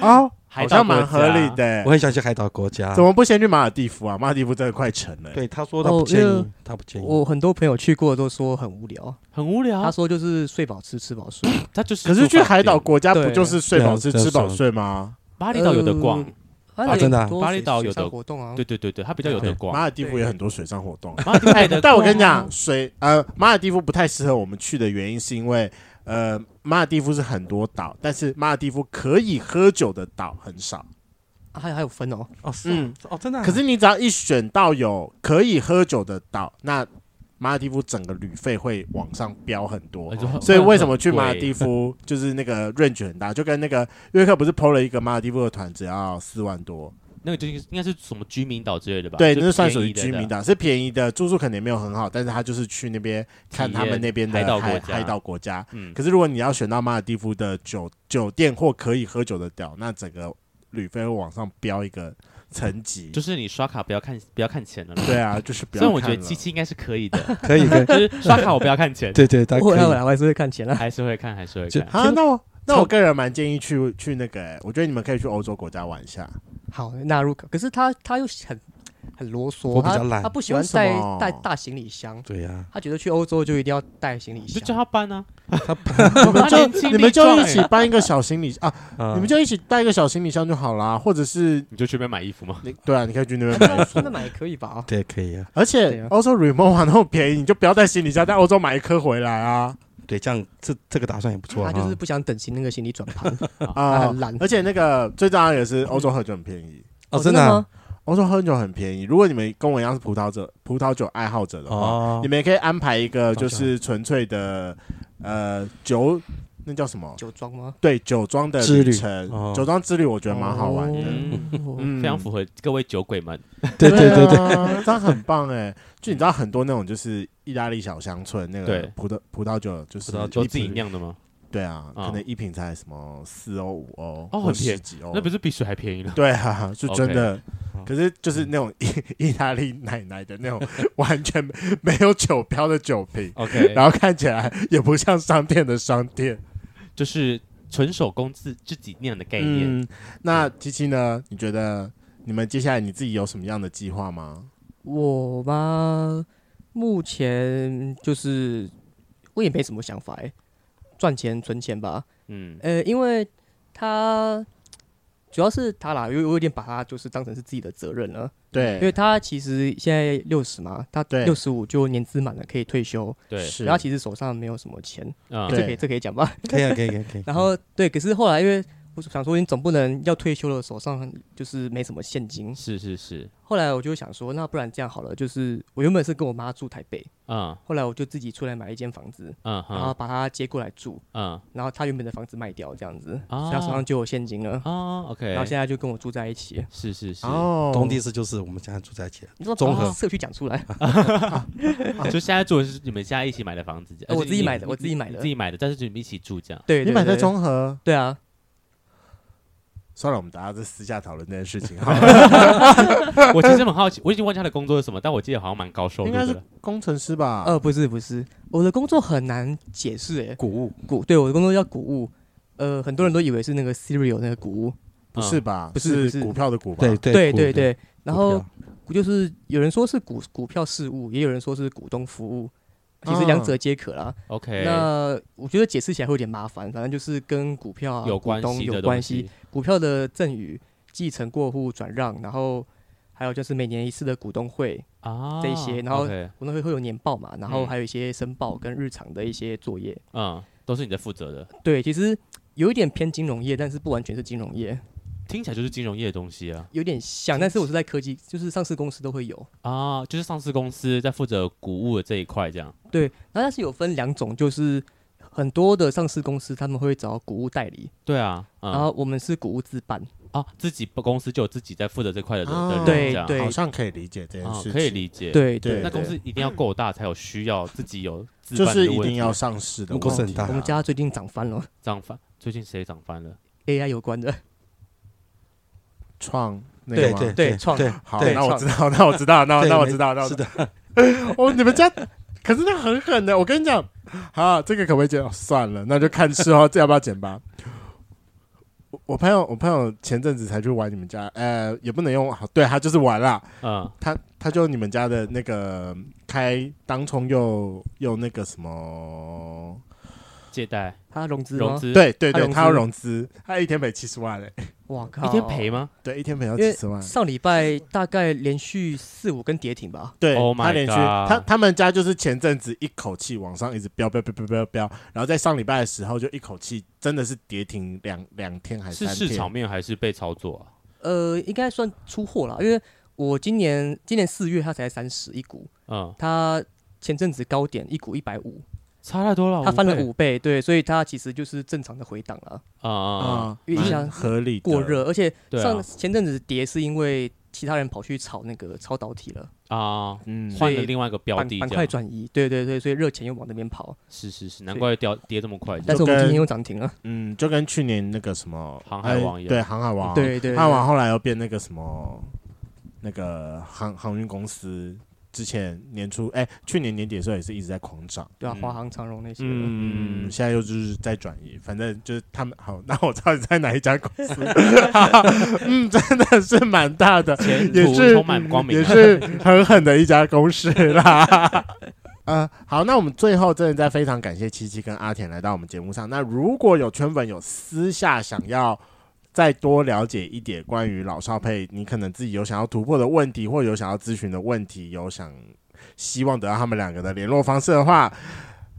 哦，
海岛
好像
国
蛮
家
合理的欸
我。很想去海岛国家
怎。么不先去马尔蒂夫啊？马尔蒂夫真的快沉了欸。
对，他说他
哦
不建
因
议
为，
他不建议。
我很多朋友去过都说很无聊，
很无聊
他。说就是睡饱吃，吃饱 睡。
他就是
可是去
住饭
海岛
店
国家不
对
就是睡饱吃
对啊
吃饱睡吗？
巴厘岛有的逛，
嗯
啊真的啊
很多
巴厘岛
水
有的
上活动啊，
对对对对，他比较有得
对
逛
马。尔蒂夫也很多水上活动。
马尔代夫
哎
的，
但我跟你
逛
讲，水呃，马尔蒂夫不太适合我们去的原因是因为呃，马尔蒂夫是很多岛，但是马尔蒂夫可以喝酒的岛很少。
啊还有还有分哦，
哦，是哦哦，真的啊。
可是你只要一选到有可以喝酒的岛，那马尔蒂夫整个旅费会往上飙很多
呃。就很
所以为什么去马尔蒂
很
夫就是那个 range 很大，就跟那个约克不是 PO 了一个马尔蒂夫的团，只要四万多，
贵那个就是应该是什么居民岛之类的吧？
对，
就
那算属
便
于
宜的
居民岛，是便宜的，住宿可能也没有很好，但是他就是去那边看他们那边的
体验海岛
海
国家
海岛国家。
嗯，
可是如果你要选到马尔蒂夫的酒酒店或可以喝酒的岛，那整个旅费会往上飙一个层级。
就是你刷卡不要看不要看钱了啦。
对啊，就是不
虽
要
然
看
我觉得
了
七七应该是可以的，
可以可以，
就是刷卡我不要看 钱，
对对，他
我
可
来我
以。
来我还是会看钱啊。
还是会看还是会
就
看。
啊，
天
那我那
超
我个人蛮建议去去那个、欸，我觉得你们可以去欧洲国家玩 一下。
好纳入考，可是他他又很很啰嗦，
我比较
他
懒
他不喜
为
欢
什
带
么
带大行李箱，
对呀，
他觉得去欧洲就一定要带行李
就叫
箱。
他搬啊，
你们就
年轻
你们
力壮嗯
就一
欸
起搬一个小行李啊，
你
你们就一起带一个小行李箱就好啦，或者是
你就去那边买衣服嘛。
你对啊，你可以去那边 买
那那买也可以吧？
对可以啊，
而
对
且
啊
欧洲 remote 啊那么便宜，你就不要带行李箱，在欧洲买一颗回来啊
对，这样这这个打算也不错
他
啊。
就是不想等行那个行李转盘，
啊
他！很懒。
而且那个最重要的也是欧洲喝酒很便宜
哦，
真
真的啊
吗？
欧洲喝酒很便宜。如果你们跟我一样是葡萄者、葡萄酒爱好者的话，
哦
你，们也可以安排一个就是纯粹的呃酒，那叫什么？
酒庄吗？
对，酒庄的
之旅
旅程，
哦
酒庄之旅，我觉得蛮好玩
哦
的。
嗯
嗯
非常符合各位酒鬼们。
对对对对，
对，啊这样很棒哎！就你知道很多那种就是意大利小乡村那个
对
葡萄葡萄酒，就是
葡萄
就
一
自己
瓶
酿的吗？
对啊，
啊
可能一瓶才什么四欧五欧，
哦
或
很便宜
十几欧，
那不
是
是比水还便宜了？
对啊，是
OK
真的
嗯。
可是就是那种意 意大利奶奶的那种 完全没有酒标的酒瓶，
OK，
然后看起来也不像商店的商店。
就是纯手工自自己酿的概念。
嗯，那七七呢？你觉得你们接下来你自己有什么样的计划吗？
我嘛，目前就是我也没什么想法哎，赚钱存钱吧。
嗯，
呃，因为他主要是他啦，因为我有点把他就是当成是自己的责任了，因为
对，
他其实现在六十嘛，他
对
六十五就年资满了可以退休，
对，
是
然后他其实手上没有什么钱，
嗯，
这可
对
以这可以讲吧。
可以啊，可以可以可以。
然后对，可是后来因为我想说，你总不能要退休了手上就是没什么现金，
是是是，
后来我就想说，那不然这样好了，就是我原本是跟我妈住台北，
嗯
后来我就自己出来买一间房子，
嗯
然后
哼
把她接过来住，
嗯
然后她原本的房子卖掉这样子，
啊
所以她手上就有现金了。
哦，OK，
然后现在就跟我住在一起。
是是是，
哦，
东帝市就是我们现在住在一起了，
你说
综
把
合
社区讲出来，
就现在住的是你们现在一起买的房子，而且
我自己
你
买的
你
我自己买的
你自己买的，但是就你们一起住这样。
对，
你
对
买在？
对
中和，
对啊，
算了，我们大家在私下讨论这件事情好了。
我其实很好奇，我已经忘记他的工作是什么，但我记得好像蛮高收入
应该是
的。
工程师吧？
呃，不是不是，我的工作很难解释诶，
谷物
谷对我的工作叫谷物，呃，很多人都以为是那个 cereal 那个谷物，
不是吧？
不是不
是
是
股票的股吧？
对对
对
谷
对
物的
对，然后
股
就是有人说是股股票事务，也有人说是股东服务，其实两
嗯
者皆可啦。
OK，
那呃我觉得解释起来会有点麻烦，反正就是跟股票、啊、
有
股
关
东
系
有
的
关
东
系
西，，
股票的赠与、继承、过户、转让，然后还有就是每年一次的股东会，
啊，
这一些然后
OK，
股东会会有年报嘛，然后
嗯
还有一些申报跟日常的一些作业。
嗯，都是你在负责的，
对，其实有一点偏金融业，但是不完全是金融业，
听起来就是金融业的东西啊
有点像。但是我是在科技，就是上市公司都会有。
啊，就是上市公司在负责谷物的这一块这样。
对，然后但是有分两种，就是很多的上市公司他们会找股务代理，
对啊，嗯、
然后我们是股务自办。
啊，自己公司就有自己在负责这块的人、
啊
的人
对
这样
对
好像可以理解这件
啊
事情，
可以理解。，
对
对
那
对，
公司一定要够大才有需要自己有自
就
办的
是
问题
一定要上市的问题。
公司很大啊
我们家最近涨翻了
涨翻。最近谁涨翻了？
，AI 有关的。
创那个
对
吗
对
对
对
创
对
好，
对
那我知道，那我知道，那 我
对
那我
没
知道，那我
是
知道。
的，
哦，你们家可是那很狠的，我跟你讲，啊，这个可不可以剪？哦算了，那就看事后 这要不要剪吧。我我朋友，我朋友前阵子才去玩你们家，呃，也不能用，好，对他就是玩啦，
嗯，
他他就你们家的那个开当冲又又那个什么，
借贷、
他融资
融
吗？
资，，
对对
他
对，
融资
他要融资，他一天赔七十万欸嘞、
哇靠！
一天赔？吗
对，一天赔到
因为
七十万。
上礼拜大概连续四五根跌停吧。
对
Oh
他
my
连续
God
他他们家就是前阵子一口气往上一直飙飙飙飙飙飙，然后在上礼拜的时候就一口气真的是跌停两两天还
是
哦三
市
天，
场面还是被操作啊？
呃，应该算出货啦，因为我今年今年四月它才三十一股，
嗯，
它前阵子高点一股一百五，
差太多了，
它翻了
哦倍
五倍，对，所以它其实就是正常的回档了，
啊啊！
啊，
嗯因为
蛮
像
合理的
过，热，而且
对啊
上前阵子跌是因为其他人跑去炒那个超导体了，
啊，
嗯，
换
所
了
以
另外一个标
板
的，
板
这
块
样
转移，对对对，所以热钱又往那边跑，
是是是，难怪掉跌这么快。
但是我们
跟
今天又涨停了，
嗯，就跟去年那个什么
航海王一样
哎对，航海王，
对对，
航海王
对
后来又变那个什么那个航航运公司。之前年初，哎、去年年底的时候也是一直在狂涨，
对啊，
嗯
华航、长荣那些的，
嗯
嗯，，现在又就是在转移，反正就是他们好，那我到底在哪一家公 司？嗯，真的是蛮大的，
前
也
途
是
充满光明
也
啊，
是狠狠的一家公司啦。呃，好，那我们最后真的在非常感谢七七跟阿田来到我们节目上。那如果有圈粉有私下想要再多了解一点关于老少配，你可能自己有想要突破的问题，或有想要咨询的问题，有想希望得到他们两个的联络方式的话，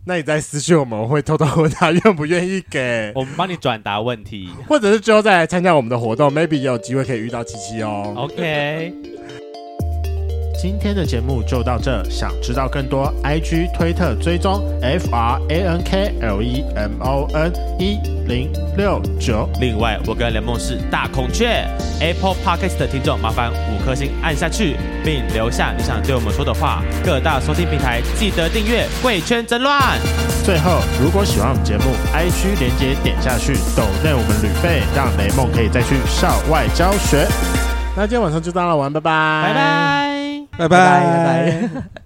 那你在私讯我们，我会偷偷问他愿不愿意给，
我们帮你转达问题。
或者是之后再来参加我们的活动，maybe 也有机会可以遇到七七哦。
OK，
今天的节目就到这，想知道更多，IG、推特追踪 F R A N K L E M O N 一零六九。
另外，我跟雷梦是大孔雀 Apple Podcast 的听众，麻烦五颗星按下去，并留下你想对我们说的话。各大收听平台记得订阅《贵圈争乱》。
最后，如果喜欢我们节目，IG 连接点下去，抖内我们旅费，让雷梦可以再去校外教学。那今天晚上就到了，玩，拜
拜。
拜，
拜。
拜拜
拜拜拜拜。